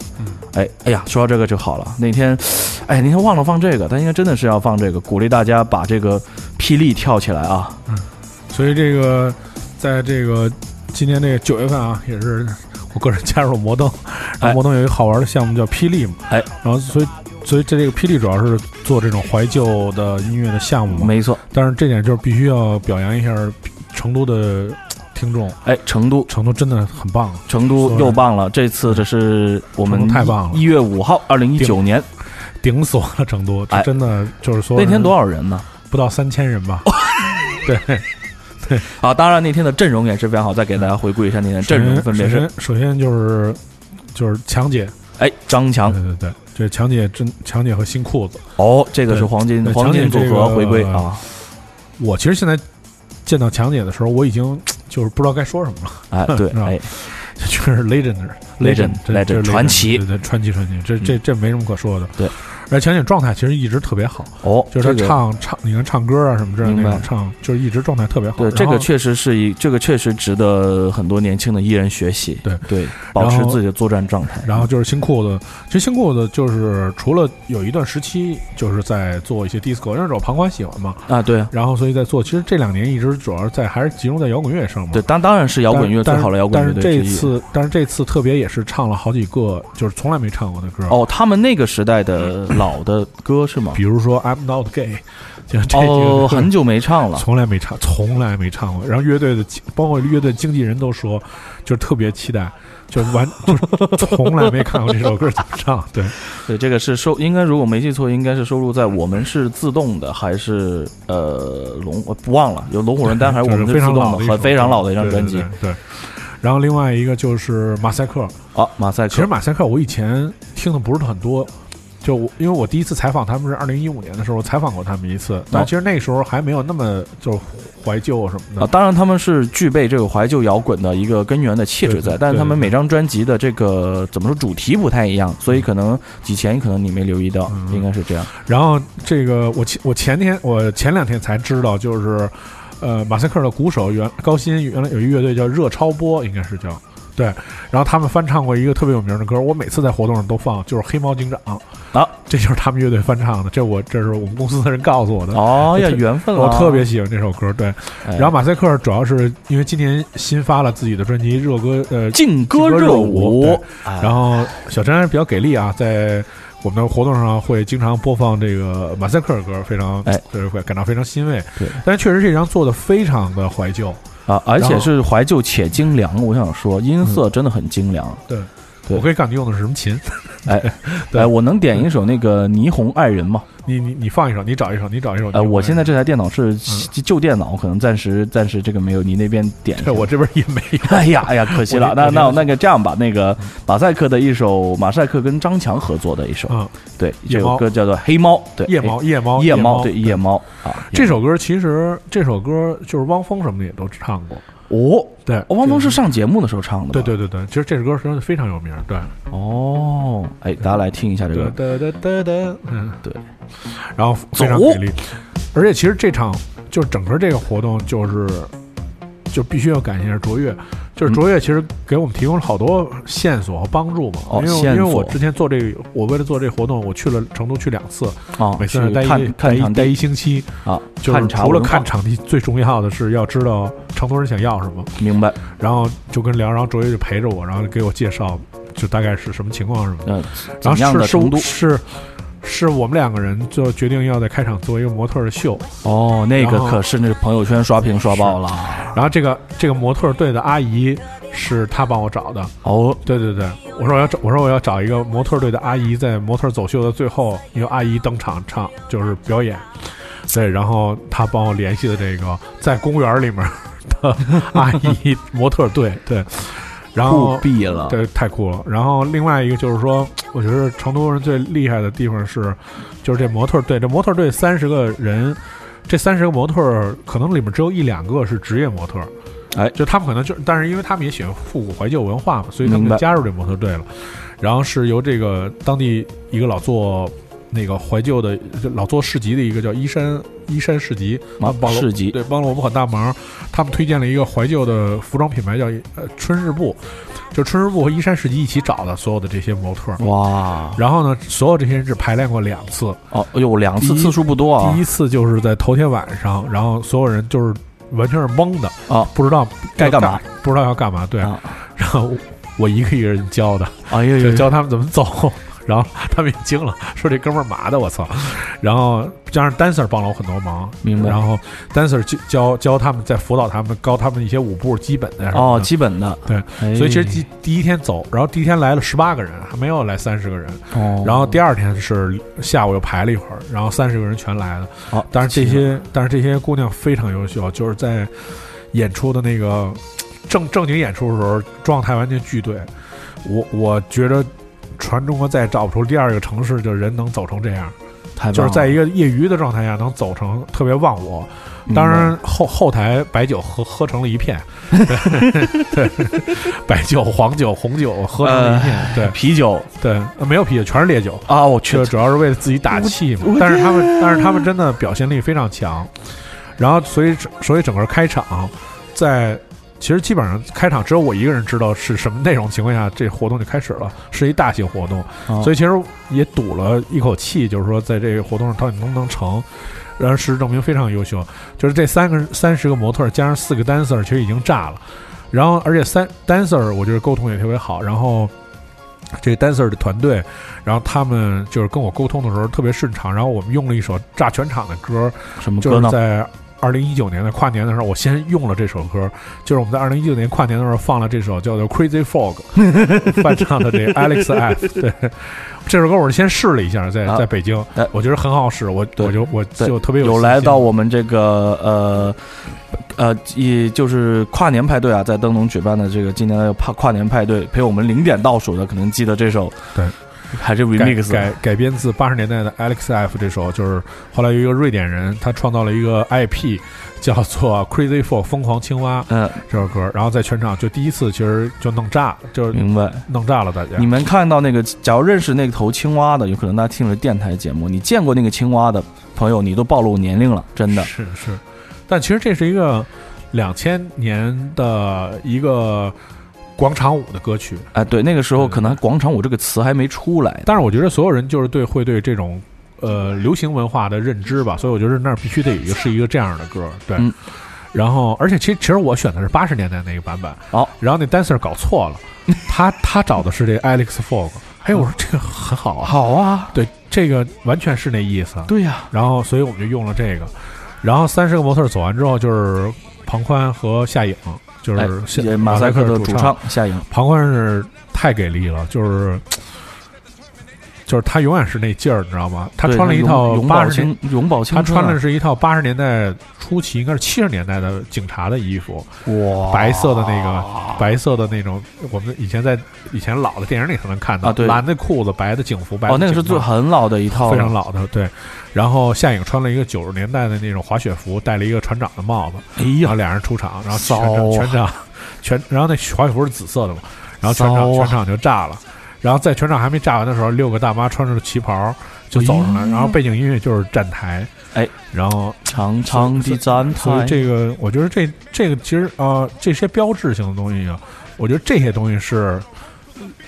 Speaker 2: 哎哎呀，说到这个就好了。那天，哎，那天忘了放这个，但应该真的是要放这个，鼓励大家把这个霹雳跳起来啊！
Speaker 1: 所以这个，在这个今年这个九月份啊，也是我个人加入了摩登，然后摩登有一个好玩的项目叫霹雳嘛，
Speaker 2: 哎，
Speaker 1: 然后所以所以这这个霹雳主要是做这种怀旧的音乐的项目嘛，
Speaker 2: 没错，
Speaker 1: 但是这点就是必须要表扬一下成都的听众，
Speaker 2: 哎，成都，
Speaker 1: 成都真的很棒，啊
Speaker 2: 成都又棒了，这次这是我
Speaker 1: 成
Speaker 2: 们
Speaker 1: 都太棒了
Speaker 2: 一月五号，二零一九年
Speaker 1: 顶死我了成都，这
Speaker 2: 哎
Speaker 1: 真的就是说
Speaker 2: 那天多少哦人呢？
Speaker 1: 不到三千人吧，对，
Speaker 2: 啊，当然那天的阵容也是非常好，再给大家回顾一下那天阵容分别
Speaker 1: 首
Speaker 2: 是，
Speaker 1: 先首先就是就是强姐，
Speaker 2: 哎，张强
Speaker 1: 对，对对，这强姐真强姐和新裤子。
Speaker 2: 哦，这个是黄金
Speaker 1: 对
Speaker 2: 黄金组
Speaker 1: 强姐这
Speaker 2: 合
Speaker 1: 个
Speaker 2: 回归啊，
Speaker 1: 我其实现在见到强姐的时候，我已经就是不知道该说什么了，
Speaker 2: 哎，对，
Speaker 1: 是吧
Speaker 2: 哎，
Speaker 1: 确实 legend
Speaker 2: legend，
Speaker 1: 这这
Speaker 2: legend，传奇嗯
Speaker 1: 对对传奇传奇，这这这没什么可说的。
Speaker 2: 对，
Speaker 1: 而强姐状态其实一直特别好，
Speaker 2: 哦，
Speaker 1: 就是
Speaker 2: 这
Speaker 1: 她
Speaker 2: 个
Speaker 1: 唱唱，你看唱歌啊什么之类的
Speaker 2: 明白
Speaker 1: 那种唱，就是一直状态特别好。
Speaker 2: 对，这
Speaker 1: 然后
Speaker 2: 个确实是一，这个确实值得很多年轻的艺人学习。
Speaker 1: 对
Speaker 2: 对，保持
Speaker 1: 然后
Speaker 2: 自己的作战状态。
Speaker 1: 然后就是新裤子，其实新裤子就是除了有一段时期就是在做一些 disco，因为我旁观喜欢嘛，
Speaker 2: 啊，对啊
Speaker 1: 然后所以在做，其实这两年一直主要是在还是集中在摇滚乐上嘛。
Speaker 2: 对，当当然是摇滚乐最
Speaker 1: 但
Speaker 2: 好的摇滚乐队
Speaker 1: 但是
Speaker 2: 之
Speaker 1: 这
Speaker 2: 一。
Speaker 1: 次，但是这次特别也是唱了好几个，就是从来没唱过的歌。，
Speaker 2: 哦，他们那个时代的老的歌是吗？
Speaker 1: 比如说《I'm Not Gay》，就这几个
Speaker 2: 哦，
Speaker 1: 歌
Speaker 2: 很久没唱了。
Speaker 1: 从来没唱，从来没唱过。然后乐队的，包括乐队经纪人都说，就是特别期待，就是完，就是从来没看过这首歌怎么唱。 对，
Speaker 2: 对，这个是收，应该如果没记错，应该是收录在《我们是自动的》还是呃龙，我不忘了有 《龙虎人丹》还是《我
Speaker 1: 就
Speaker 2: 们
Speaker 1: 是非
Speaker 2: 自
Speaker 1: 常
Speaker 2: 动
Speaker 1: 老
Speaker 2: 的
Speaker 1: 的》，
Speaker 2: 很非常老的一张
Speaker 1: 对
Speaker 2: 专辑
Speaker 1: 对。对对然后另外一个就是马赛克，
Speaker 2: 啊，马赛
Speaker 1: 其实
Speaker 2: 克。
Speaker 1: 马赛克我以前听的不是很多，就我因为我第一次采访他们是二零一五年的时候，我采访过他们一次，但
Speaker 2: 哦
Speaker 1: 其实那时候还没有那么就是怀旧什么
Speaker 2: 啊，
Speaker 1: 的。
Speaker 2: 当然他们是具备这个怀旧摇滚的一个根源的气
Speaker 1: 对
Speaker 2: 质在
Speaker 1: 对，
Speaker 2: 但是他
Speaker 1: 对
Speaker 2: 们
Speaker 1: 对
Speaker 2: 每张专辑的这个怎么说主题不太一样，所以可能以前可能你没留意到，
Speaker 1: 嗯
Speaker 2: 应该是这样。
Speaker 1: 然后这个我前我前天我前两天才知道，就是呃马赛克的鼓手原高鑫原来有一乐队叫热超波，应该是叫。对，然后他们翻唱过一个特别有名的歌，我每次在活动上都放，就是《黑猫警长》
Speaker 2: 啊，
Speaker 1: 这就是他们乐队翻唱的，这我这是我们公司的人告诉我的，
Speaker 2: 哦呀，
Speaker 1: 我特
Speaker 2: 缘分
Speaker 1: 哎 我
Speaker 2: 了，
Speaker 1: 特别喜欢这首歌。对，
Speaker 2: 哎。
Speaker 1: 然后马赛克主要是因为今年新发了自己的专辑《热歌》，呃，
Speaker 2: 劲歌
Speaker 1: 歌
Speaker 2: 热
Speaker 1: 热
Speaker 2: 舞
Speaker 1: 舞，
Speaker 2: 哎
Speaker 1: 然后小张还是比较给力啊，在我们的活动上会经常播放这个马赛克的歌，非常
Speaker 2: 哎，
Speaker 1: 就是会感到非常欣慰。
Speaker 2: 对，
Speaker 1: 但确实这张做的非常的怀旧。
Speaker 2: 啊，而且
Speaker 1: 然后
Speaker 2: 是怀旧且精良。我想说，音色真的很精良。对
Speaker 1: 我可以告诉你用的是什么琴，嗯 对
Speaker 2: 哎，我能点一首那个《霓虹爱人》吗？
Speaker 1: 你你你放一首，你找一首，你找一首。你
Speaker 2: 呃，
Speaker 1: 找一首
Speaker 2: 我 现在这台电脑
Speaker 1: 嗯
Speaker 2: 是旧电脑，可能暂时暂时这个没有，你那边点一下
Speaker 1: 这。我这边也没有。
Speaker 2: 哎呀哎呀，可惜了
Speaker 1: 我。
Speaker 2: 那
Speaker 1: 觉
Speaker 2: 那
Speaker 1: 我觉得嗯
Speaker 2: 那个这样吧，那个马赛克的一首，马赛克跟张强合作的一首，
Speaker 1: 嗯，
Speaker 2: 对，
Speaker 1: 夜
Speaker 2: 这首
Speaker 1: 猫
Speaker 2: 歌叫做《黑猫》，对，
Speaker 1: 夜猫，夜
Speaker 2: 黑。
Speaker 1: 猫，
Speaker 2: 哎夜
Speaker 1: 猫，
Speaker 2: 对夜。猫啊，
Speaker 1: 这首歌其实这首歌就是汪峰什么的也都唱过。
Speaker 2: 哦，
Speaker 1: 对，
Speaker 2: 哦汪峰
Speaker 1: 就是
Speaker 2: 上节目的时候唱的，
Speaker 1: 对，对对对，其实这首歌实际上非常有名。对，
Speaker 2: 哦，哎，大家来听一下这个，
Speaker 1: 哒哒哒哒，嗯，
Speaker 2: 对，
Speaker 1: 然后非常
Speaker 2: 走
Speaker 1: 给力。而且其实这场就是整个这个活动就是。就必须要感谢卓越，
Speaker 2: 嗯
Speaker 1: 就是卓越其实给我们提供了好多线索和帮助嘛。
Speaker 2: 哦
Speaker 1: 因为
Speaker 2: 线
Speaker 1: 因为
Speaker 2: 索
Speaker 1: 我之前做这个，我为了做这个活动，我去了成都去两次，
Speaker 2: 啊，
Speaker 1: 每次
Speaker 2: 是
Speaker 1: 待一
Speaker 2: 看
Speaker 1: 待
Speaker 2: 看
Speaker 1: 一
Speaker 2: 场
Speaker 1: 待
Speaker 2: 地
Speaker 1: 一星期。
Speaker 2: 啊，
Speaker 1: 就是
Speaker 2: 察
Speaker 1: 除了
Speaker 2: 文化
Speaker 1: 看，场地，最重要的是要知道成都人想要什么。
Speaker 2: 明白，
Speaker 1: 然后就跟聊，然后卓越就陪着我，然后给我介绍，就大概是什么情况什么的。
Speaker 2: 嗯，
Speaker 1: 然
Speaker 2: 怎样
Speaker 1: 后
Speaker 2: 的
Speaker 1: 是
Speaker 2: 程度
Speaker 1: 是？是是我们两个人就决定要在开场做一个模特儿的秀，
Speaker 2: 哦，那个
Speaker 1: 然后
Speaker 2: 可是那个朋友圈刷屏刷爆了，
Speaker 1: 然后这个这个模特儿队的阿姨是她帮我找的，
Speaker 2: 哦，
Speaker 1: 对对对，我说我要找我说我要找一个模特儿队的阿姨，在模特儿走秀的最后一个阿姨登场唱就是表演，对，然后她帮我联系的这个在公园里面的 阿姨模特儿队，对，然后
Speaker 2: 酷毙了，
Speaker 1: 对，太酷了。然后另外一个就是说，我觉得成都人最厉害的地方是，就是这模特队，这模特队三十个人这三十个模特儿可能里面只有一两个是职业模特儿，
Speaker 2: 哎
Speaker 1: 就他们可能就，但是因为他们也喜欢复古怀旧文化嘛，所以他们
Speaker 2: 明
Speaker 1: 就
Speaker 2: 白
Speaker 1: 加入这模特队了。然后是由这个当地一个老做那个怀旧的就老做市集的一个叫依山依山市集，
Speaker 2: 啊
Speaker 1: 帮了
Speaker 2: 市集
Speaker 1: 对帮了我们很大忙。他们推荐了一个怀旧的服装品牌叫呃春日部，就春日部和依山市集一起找的所有的这些模特儿。
Speaker 2: 哇
Speaker 1: 然后呢，所有这些人只排练过两次，
Speaker 2: 哦，哎呦，两次
Speaker 1: 第一
Speaker 2: 次数不多啊
Speaker 1: 第一次就是在头天晚上，然后所有人就是完全是懵的
Speaker 2: 啊，
Speaker 1: 不知道
Speaker 2: 该干
Speaker 1: 要
Speaker 2: 嘛？
Speaker 1: 不知道要干嘛。对，
Speaker 2: 啊
Speaker 1: 然后我我一个一个人教的，
Speaker 2: 哎呦
Speaker 1: 就
Speaker 2: 呦，
Speaker 1: 教他们怎么走。 然后他们也惊了，说这哥们儿麻的，我操！然后加上 dancer 帮了我很多忙，
Speaker 2: 明白
Speaker 1: 然后 dancer 教教教他们，在辅导他们，教他们一些舞步基本的什么
Speaker 2: 哦，
Speaker 1: 的
Speaker 2: 基本的
Speaker 1: 对
Speaker 2: 哎
Speaker 1: 所以其实第第一天走，然后第一天来了十八个人，还没有来三十个人。
Speaker 2: 哦，
Speaker 1: 然后第二天是下午又排了一会儿，然后三十个人全来了。
Speaker 2: 哦，
Speaker 1: 但是这
Speaker 2: 行
Speaker 1: 些，但是这些姑娘非常优秀，就是在演出的那个正正经演出的时候，状态完全巨对。我我觉得，全中国再也找不出第二个城市，就人能走成这样，
Speaker 2: 太
Speaker 1: 就
Speaker 2: 棒
Speaker 1: 是
Speaker 2: 了
Speaker 1: 在一个业余的状态下能走成特别忘我。当然后后台白酒喝喝成了一片，对，白酒、黄酒、红酒喝成了一片，对
Speaker 2: 啤酒
Speaker 1: 对，呃没有啤酒，全是烈酒。
Speaker 2: 啊，我去
Speaker 1: 就，主要是为了自己打气嘛
Speaker 2: 我。啊
Speaker 1: 但是他们，但是他们真的表现力非常强，然后所以所以整个开场在。其实基本上开场只有我一个人知道是什么内容情况下，这活动就开始了，是一大型活动，
Speaker 2: 哦
Speaker 1: 所以其实也赌了一口气，就是说在这个活动上到底能不能成。然后事实证明非常优秀，就是这三个三十个模特儿加上四个 dancer，其实已经炸了。然后而且三 dancer 我觉得沟通也特别好，然后这个 dancer 的团队，然后他们就是跟我沟通的时候特别顺畅，然后我们用了一首炸全场的歌，
Speaker 2: 什么
Speaker 1: 就
Speaker 2: 歌
Speaker 1: 是
Speaker 2: 呢？
Speaker 1: 在二零一九年的跨年的时候，我先用了这首歌，就是我们在二零一九年跨年的时候放了这首叫做《Crazy Frog》翻 唱的这 Alex F。对，这首歌我是先试了一下，在
Speaker 2: 啊
Speaker 1: 在北京
Speaker 2: 哎，
Speaker 1: 我觉得很好使，我
Speaker 2: 对
Speaker 1: 我就我
Speaker 2: 对
Speaker 1: 就特别
Speaker 2: 有
Speaker 1: 信
Speaker 2: 来
Speaker 1: 心
Speaker 2: 到我们这个呃呃，也就是跨年派对啊，在灯笼举办的这个今年的跨跨年派对，陪我们零点倒数的，可能记得这首
Speaker 1: 对，
Speaker 2: 还是
Speaker 1: 改
Speaker 2: remix
Speaker 1: 改改编自八十年代的 Alex F 这首，就是后来有一个瑞典人他创造了一个 IP，叫做 Crazy Frog 疯狂青蛙
Speaker 2: 嗯，
Speaker 1: 这首歌，然后在全场就第一次其实就弄炸，就是
Speaker 2: 明白。
Speaker 1: 弄炸了大家
Speaker 2: 你。们看到那个，假如认识那头青蛙的，有可能他听了电台节目，你见过那个青蛙的朋友，你都暴露年龄了，真的。
Speaker 1: 是是，但其实这是一个两千年的一个广场舞的歌曲，
Speaker 2: 哎，对，那个时候
Speaker 1: 对
Speaker 2: 可能“广场舞”这个词还没出来呢。
Speaker 1: 但是我觉得所有人就是对会对这种呃流行文化的认知吧，所以我觉得那儿必须得有一个是一个这样的歌，对。
Speaker 2: 嗯
Speaker 1: 然后，而且其实其实我选的是八十年代那个版本，
Speaker 2: 哦，
Speaker 1: 然后那 dancer 搞错了，他他找的是这 Alex Fog，哎，我说这个很好啊，
Speaker 2: 好啊，
Speaker 1: 对，这个完全是那意思，啊
Speaker 2: 对呀、
Speaker 1: 然后所以我们就用了这个。然后三十个模特儿走完之后，就是庞宽和夏颖，就
Speaker 2: 哎
Speaker 1: 是夏、
Speaker 2: 也马赛克的
Speaker 1: 主
Speaker 2: 主唱夏颖，
Speaker 1: 庞宽是太给力了，就是就是他永远是那劲儿，你知道吗？他
Speaker 2: 对
Speaker 1: 穿了一
Speaker 2: 永
Speaker 1: 套
Speaker 2: 永
Speaker 1: 八
Speaker 2: 葆
Speaker 1: 十年，
Speaker 2: 青，永葆青
Speaker 1: 他
Speaker 2: 春啊，
Speaker 1: 穿的是一套八十年代初期，应该是七十年代的警察的衣服，
Speaker 2: 哇
Speaker 1: 白色的那个
Speaker 2: 啊
Speaker 1: 白色的那种，我们以前在以前老的电影里才能看到，
Speaker 2: 啊对
Speaker 1: 蓝的裤子，白的警服，白的
Speaker 2: 哦，那个是
Speaker 1: 警帽
Speaker 2: 最很老的一套了，
Speaker 1: 非常老的，对。然后夏颖穿了一个九十年代的那种滑雪服，戴了一个船长的帽子，
Speaker 2: 哎
Speaker 1: 然
Speaker 2: 呀
Speaker 1: 后，俩人出场，然后全
Speaker 2: 骚
Speaker 1: 场
Speaker 2: 啊
Speaker 1: 全场全，然后那滑雪服是紫色的嘛，然后全场、
Speaker 2: 骚
Speaker 1: 全
Speaker 2: 啊
Speaker 1: 场就炸了。然后在全场还没炸完的时候，六个大妈穿着旗袍就走上来，然后背景音乐就是站台，
Speaker 2: 哎，
Speaker 1: 然后
Speaker 2: 长长的站
Speaker 1: 所以
Speaker 2: 台，
Speaker 1: 这个我觉得这这个其实啊、呃这些标志性的东西啊，我觉得这些东西是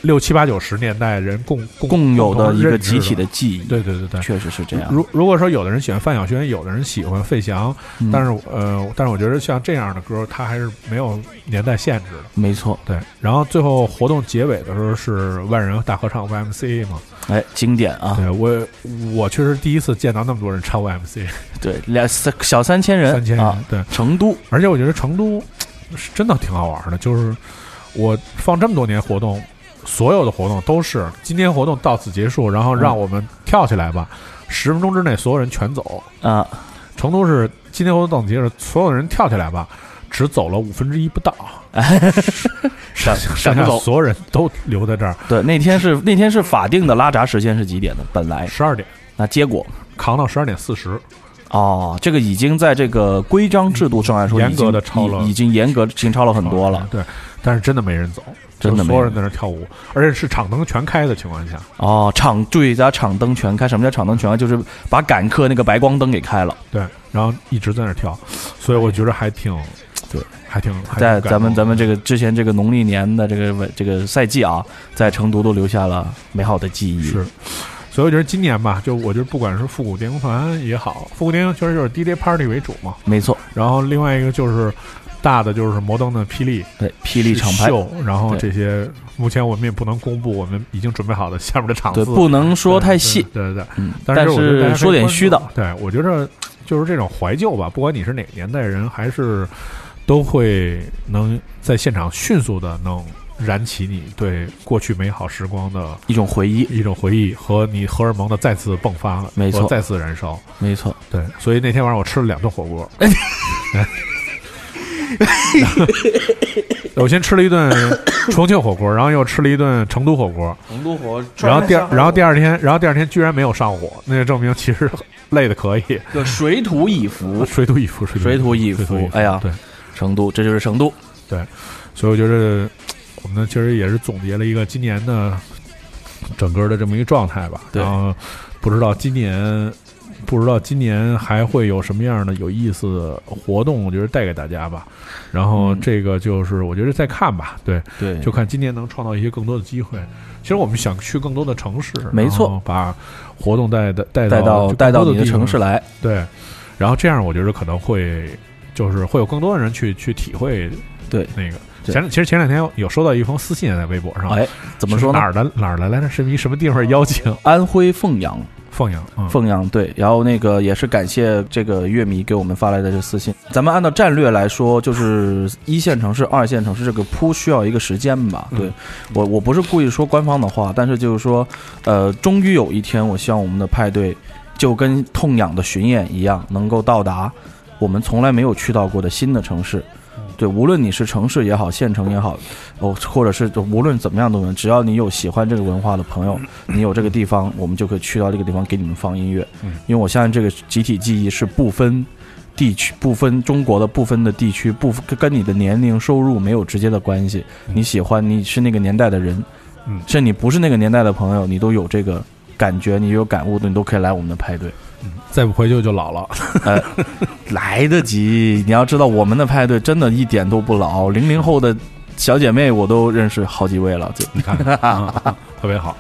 Speaker 1: 六七八九十年代人共共
Speaker 2: 共有
Speaker 1: 同
Speaker 2: 的一个
Speaker 1: 认知
Speaker 2: 集体的记忆，
Speaker 1: 对对对对。
Speaker 2: 确实是这样。
Speaker 1: 如如果说有的人喜欢范晓萱，有的人喜欢费翔，
Speaker 2: 嗯
Speaker 1: 但是我呃，但是我觉得像这样的歌，它还是没有年代限制的。
Speaker 2: 没错，
Speaker 1: 对，然后最后活动结尾的时候是万人大合唱 YMCA 嘛？
Speaker 2: 哎，经典啊，
Speaker 1: 对我我确实第一次见到那么多人唱 YMCA，
Speaker 2: 对，两三小三千人，
Speaker 1: 三千人、
Speaker 2: 啊，
Speaker 1: 对，
Speaker 2: 成都
Speaker 1: 而且我觉得成都是真的挺好玩的，就是我放这么多年活动，所有的活动都是今天活动到此结束，然后
Speaker 2: 嗯
Speaker 1: 让我们跳起来吧，十分钟之内所有人全走。
Speaker 2: 啊，
Speaker 1: 成都是今天活动到此结束，所有人跳起来吧，只走了五分之一不 到，
Speaker 2: 闪
Speaker 1: 剩
Speaker 2: 闪
Speaker 1: 下
Speaker 2: 不走。
Speaker 1: 所有人都留在这儿。
Speaker 2: 对，那天是那天是法定的拉闸时间是几点的？本来
Speaker 1: 十二点
Speaker 2: 那结果
Speaker 1: 扛到十二点四十，
Speaker 2: 哦，这个已经在这个规章制度上来说，
Speaker 1: 严
Speaker 2: 已经
Speaker 1: 格地超了
Speaker 2: 已已经严格已经超了很多了。
Speaker 1: 对，但是真的没人走，
Speaker 2: 真的
Speaker 1: 就
Speaker 2: 没
Speaker 1: 所有人
Speaker 2: 人
Speaker 1: 在那儿跳舞，而且是场灯全开的情况下，
Speaker 2: 哦，场注意，加场灯全开。什么叫场灯全开？就是把赶客那个白光灯给开了。
Speaker 1: 对，然后一直在那儿跳，所以我觉得还挺，
Speaker 2: 对，
Speaker 1: 还挺，还挺
Speaker 2: 在
Speaker 1: 感
Speaker 2: 咱们
Speaker 1: 动的
Speaker 2: 咱们这个之前这个农历年的这个文这个赛季啊，在成都都留下了美好的记忆。
Speaker 1: 是。所以我觉得今年吧，就我觉得不管是复古电工团也好，复古电工其实就是 DJ party 为主嘛，
Speaker 2: 没错，
Speaker 1: 然后另外一个就是大的就是摩登的霹雳
Speaker 2: 对，霹雳厂牌，
Speaker 1: 秀，然后
Speaker 2: 对
Speaker 1: 这些目前我们也不能公布我们已经准备好的下面的场
Speaker 2: 对，
Speaker 1: 次，
Speaker 2: 不能说太细，
Speaker 1: 对对对。
Speaker 2: 嗯，
Speaker 1: 但
Speaker 2: 但
Speaker 1: 我觉得大家可以
Speaker 2: 说点虚的
Speaker 1: 关，注，啊对我觉着就是这种怀旧吧，不管你是哪个年代人，还是都会能在现场迅速的能燃起你对过去美好时光的
Speaker 2: 一种回忆，
Speaker 1: 一种回忆和你荷尔蒙的再次迸发，
Speaker 2: 没错
Speaker 1: 和再次燃烧。
Speaker 2: 没错。
Speaker 1: 对，所以那天晚上我吃了两顿火 锅。我先吃了一顿重庆火锅，然后又吃了一顿成都火锅，
Speaker 2: 成都火，
Speaker 1: 然后第二，然后第二天，然后第二天居然没有上火，那就证明其实 累的可以。
Speaker 2: 个水土以服，
Speaker 1: 水土以服，水土
Speaker 2: 水土
Speaker 1: 以
Speaker 2: 以服。哎呀，
Speaker 1: 对，
Speaker 2: 成都，这就是成都。
Speaker 1: 所以我觉得我们呢，其实也是总结了一个今年的整个的这么一个状态吧。
Speaker 2: 对
Speaker 1: 然后不知道今年，不知道今年还会有什么样的有意思的活动，我觉得带给大家吧。然后
Speaker 2: 嗯
Speaker 1: 这个就是我觉得再看吧，对，
Speaker 2: 对，
Speaker 1: 就看今年能创造一些更多的机会。其实我们想去更多的城市，
Speaker 2: 没错，
Speaker 1: 把活动带的带
Speaker 2: 带
Speaker 1: 到
Speaker 2: 到
Speaker 1: 就
Speaker 2: 带到
Speaker 1: 更多
Speaker 2: 你的
Speaker 1: 地方
Speaker 2: 城市来，
Speaker 1: 对，然后这样我觉得可能会就是会有更多的人去去体会
Speaker 2: 对
Speaker 1: 那个。
Speaker 2: 对
Speaker 1: 前其实前两天有收到一封私信在微博上，
Speaker 2: 哎，怎么说
Speaker 1: 啊是
Speaker 2: 呢
Speaker 1: 哪？儿的哪儿的来着？是一什么地方邀请？
Speaker 2: 安徽凤阳，
Speaker 1: 凤阳，嗯，
Speaker 2: 凤阳对，然后那个也是感谢这个乐迷给我们发来的这私信。咱们按照战略来说，就是一线城市、二线城市这个铺需要一个时间吧。对、
Speaker 1: 嗯
Speaker 2: 我，我不是故意说官方的话，但是就是说，呃，终于有一天，我希望我们的派对就跟痛痒的巡演一样，能够到达我们从来没有去到过的新的城市。
Speaker 1: 嗯
Speaker 2: 对，无论你是城市也好，县城也好，哦，或者是就无论怎么样的文，只要你有喜欢这个文化的朋友，你有这个地方，我们就可以去到这个地方给你们放音乐。
Speaker 1: 嗯
Speaker 2: 因为我相信这个集体记忆是不分地区、不分中国的不分的地区，不跟跟你的年龄、收入没有直接的关系。你喜欢你是那个年代的人，
Speaker 1: 嗯
Speaker 2: 甚至你不是那个年代的朋友，你都有这个感觉，你有感悟的，你都可以来我们的派对。
Speaker 1: 再不回就就老了。
Speaker 2: 来得及。你要知道，我们的派对真的一点都不老，零零后的小姐妹我都认识好几位了。就
Speaker 1: 你看，嗯特别好。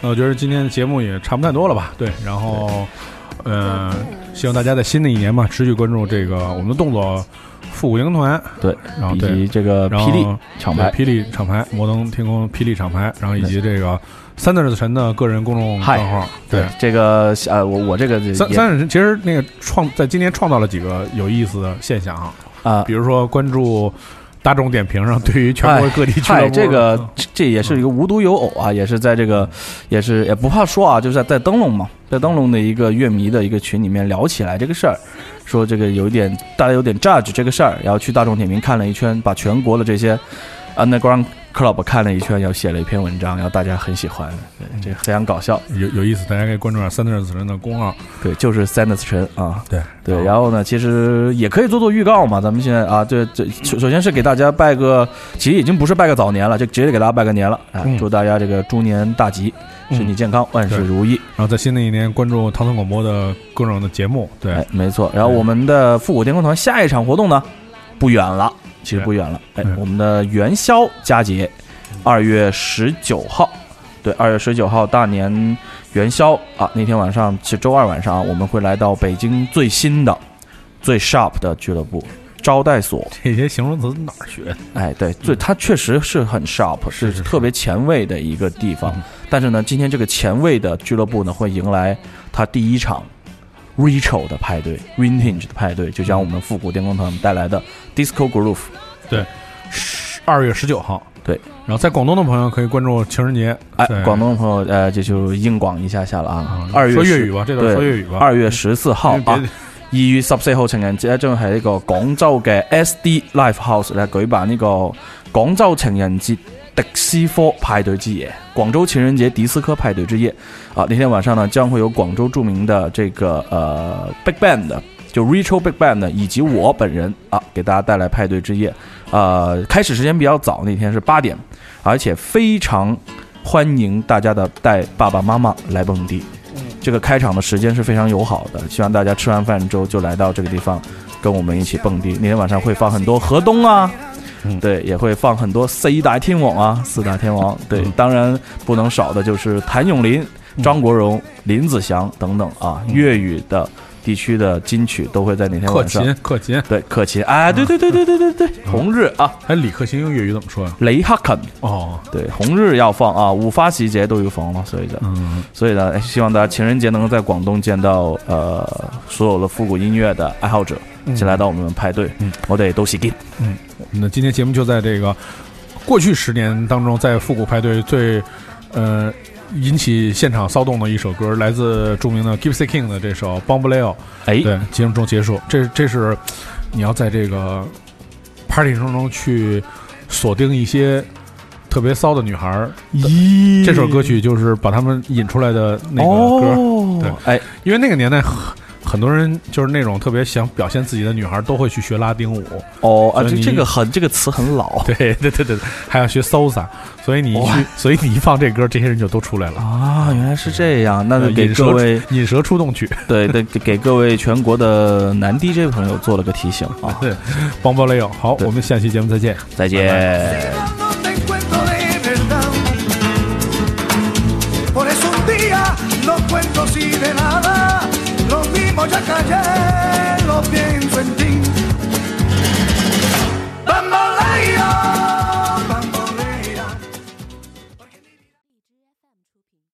Speaker 1: 那我觉得今天的节目也差不太多了吧？对，然后，呃，希望大家在新的一年嘛，持续关注这个我们的动作复古营团，
Speaker 2: 对，
Speaker 1: 然后
Speaker 2: 以
Speaker 1: 对
Speaker 2: 及这个
Speaker 1: 然后
Speaker 2: 霹雳厂牌，
Speaker 1: 对霹雳厂牌，摩登天空霹雳厂牌，然后以及这个三段子神的个人公众
Speaker 2: 嗨
Speaker 1: 账号。对，
Speaker 2: 这个呃，我我这个也
Speaker 1: 三三段子神其实那个创在今年创造了几个有意思的现象啊，
Speaker 2: 啊
Speaker 1: 比。如说关注大众点评上对于全国各地俱乐
Speaker 2: 哎嗨，
Speaker 1: 部
Speaker 2: 这个
Speaker 1: 嗯
Speaker 2: 这这也是一个无独有偶啊，也是在这个，也是也不怕说啊，就是在在灯笼嘛，在灯笼的一个乐迷的一个群里面聊起来这个事儿，说这个有一点大家有点 judge 这个事儿，然后去大众点评看了一圈，把全国的这些 underground club 看了一圈，然后写了一篇文章，然后大家很喜欢，对，这非常搞笑，
Speaker 1: 嗯有有意思，大家可以关注一下三段子神的公啊号。
Speaker 2: 对，就是 Sand 陈啊，
Speaker 1: 对
Speaker 2: 对，然后呢，其实也可以做做预告嘛。咱们现在啊，对，这首首先是给大家拜个，其实已经不是拜个早年了，就直接给大家拜个年了。哎，
Speaker 1: 嗯
Speaker 2: 祝大家这个猪年大吉，
Speaker 1: 嗯
Speaker 2: 身体健康，万事如意。
Speaker 1: 然后在新的一年关注唐宋广播的各种的节目，对，
Speaker 2: 哎，没错。然后我们的复古天空团下一场活动呢，不远了，其实不远了。哎
Speaker 1: 对，
Speaker 2: 我们的元宵佳节，二月十九号，对，二月十九号大年元宵啊，那天晚上是周二晚上啊，我们会来到北京最新的、最 sharp 的俱乐部招待所。
Speaker 1: 这些形容词哪儿学的？
Speaker 2: 哎，对，最它确实是很 sharp，
Speaker 1: 嗯是嗯是
Speaker 2: 特别前卫的一个地方。但是呢，今天这个前卫的俱乐部呢，会迎来它第一场 retro 的派对，vintage 的派对，就像我们复古电工团带来的 disco groove。
Speaker 1: 二月十九号，
Speaker 2: 对。
Speaker 1: 然后在广东的朋友可以关注情人节，
Speaker 2: 哎
Speaker 1: 在，
Speaker 2: 广东的朋友，呃，这就硬广一下下了啊
Speaker 1: 啊。
Speaker 2: 二月
Speaker 1: 说
Speaker 2: 十
Speaker 1: 粤语吧，这段
Speaker 2: 对
Speaker 1: 说粤语吧。
Speaker 2: 二月十四號
Speaker 1: 因為
Speaker 2: 啊
Speaker 1: 別，
Speaker 2: 二月十四號情人節將喺呢個廣州嘅 SD Live House 咧舉辦呢個廣州情人節迪斯科派对之夜，广州情人节迪斯科派对之夜啊！那天晚上呢，将会有广州著名的这个呃 Big Band 的，就 Retro Big Band 的，以及我本人啊，给大家带来派对之夜。呃，开始时间比较早，那天是八点，而且非常欢迎大家的带爸爸妈妈来蹦迪。这个开场的时间是非常友好的，希望大家吃完饭之后就来到这个地方，跟我们一起蹦迪。那天晚上会放很多河东啊，对，也会放很多四大天王啊，四大天王。对，当然不能少的就是谭咏麟、张国荣、林子祥等等啊，粤语的地区的金曲都会在那天
Speaker 1: 克
Speaker 2: 晚上。
Speaker 1: 勤，克勤，
Speaker 2: 对，克勤，哎，对对对对对对对， 红日啊，
Speaker 1: 哎，李克勤用粤语怎么说呀、啊
Speaker 2: 雷哈肯，
Speaker 1: 哦，
Speaker 2: 对，红日要放啊，五发喜节都有放了，所以的，
Speaker 1: 嗯，
Speaker 2: 所以呢，哎希望大家情人节能够在广东见到呃所有的复古音乐的爱好者，
Speaker 1: 嗯
Speaker 2: 一起来到我们派对，我哋都是劲，
Speaker 1: 那今天节目就在这个过去十年当中，在复古派对最呃引起现场骚动的一首歌，来自著名的 Gypsy King 的这首《Bombaleo》，
Speaker 2: 哎，
Speaker 1: 对，节目中结束。这这是你要在这个 party 当中去锁定一些特别骚的女孩儿，
Speaker 2: 咦
Speaker 1: 这首歌曲就是把她们引出来的那个歌，
Speaker 2: 哦，哎，
Speaker 1: 因为那个年代。很很多人就是那种特别想表现自己的女孩儿，都会去学拉丁舞。
Speaker 2: 哦，啊，
Speaker 1: 所以
Speaker 2: 这
Speaker 1: 你
Speaker 2: 这个很这个词很 老
Speaker 1: 对对对对，对还要学 salsa，所以你一去，所以你一放这歌，这些人就都出来了。
Speaker 2: 啊，原来是这样，那就
Speaker 1: 呃
Speaker 2: 给
Speaker 1: 引
Speaker 2: 各
Speaker 1: 蛇
Speaker 2: 位
Speaker 1: 引蛇出 洞曲，
Speaker 2: 对对给各位全国的男 DJ 朋友做了个提醒啊，
Speaker 1: 对，邦邦雷友。好，
Speaker 2: 对
Speaker 1: 我们下期节目再见。
Speaker 2: 再见。
Speaker 7: no te encuentro de verdad. Por eso un día los cuentos y de nada, los mismos ya callé, lo pienso en ti.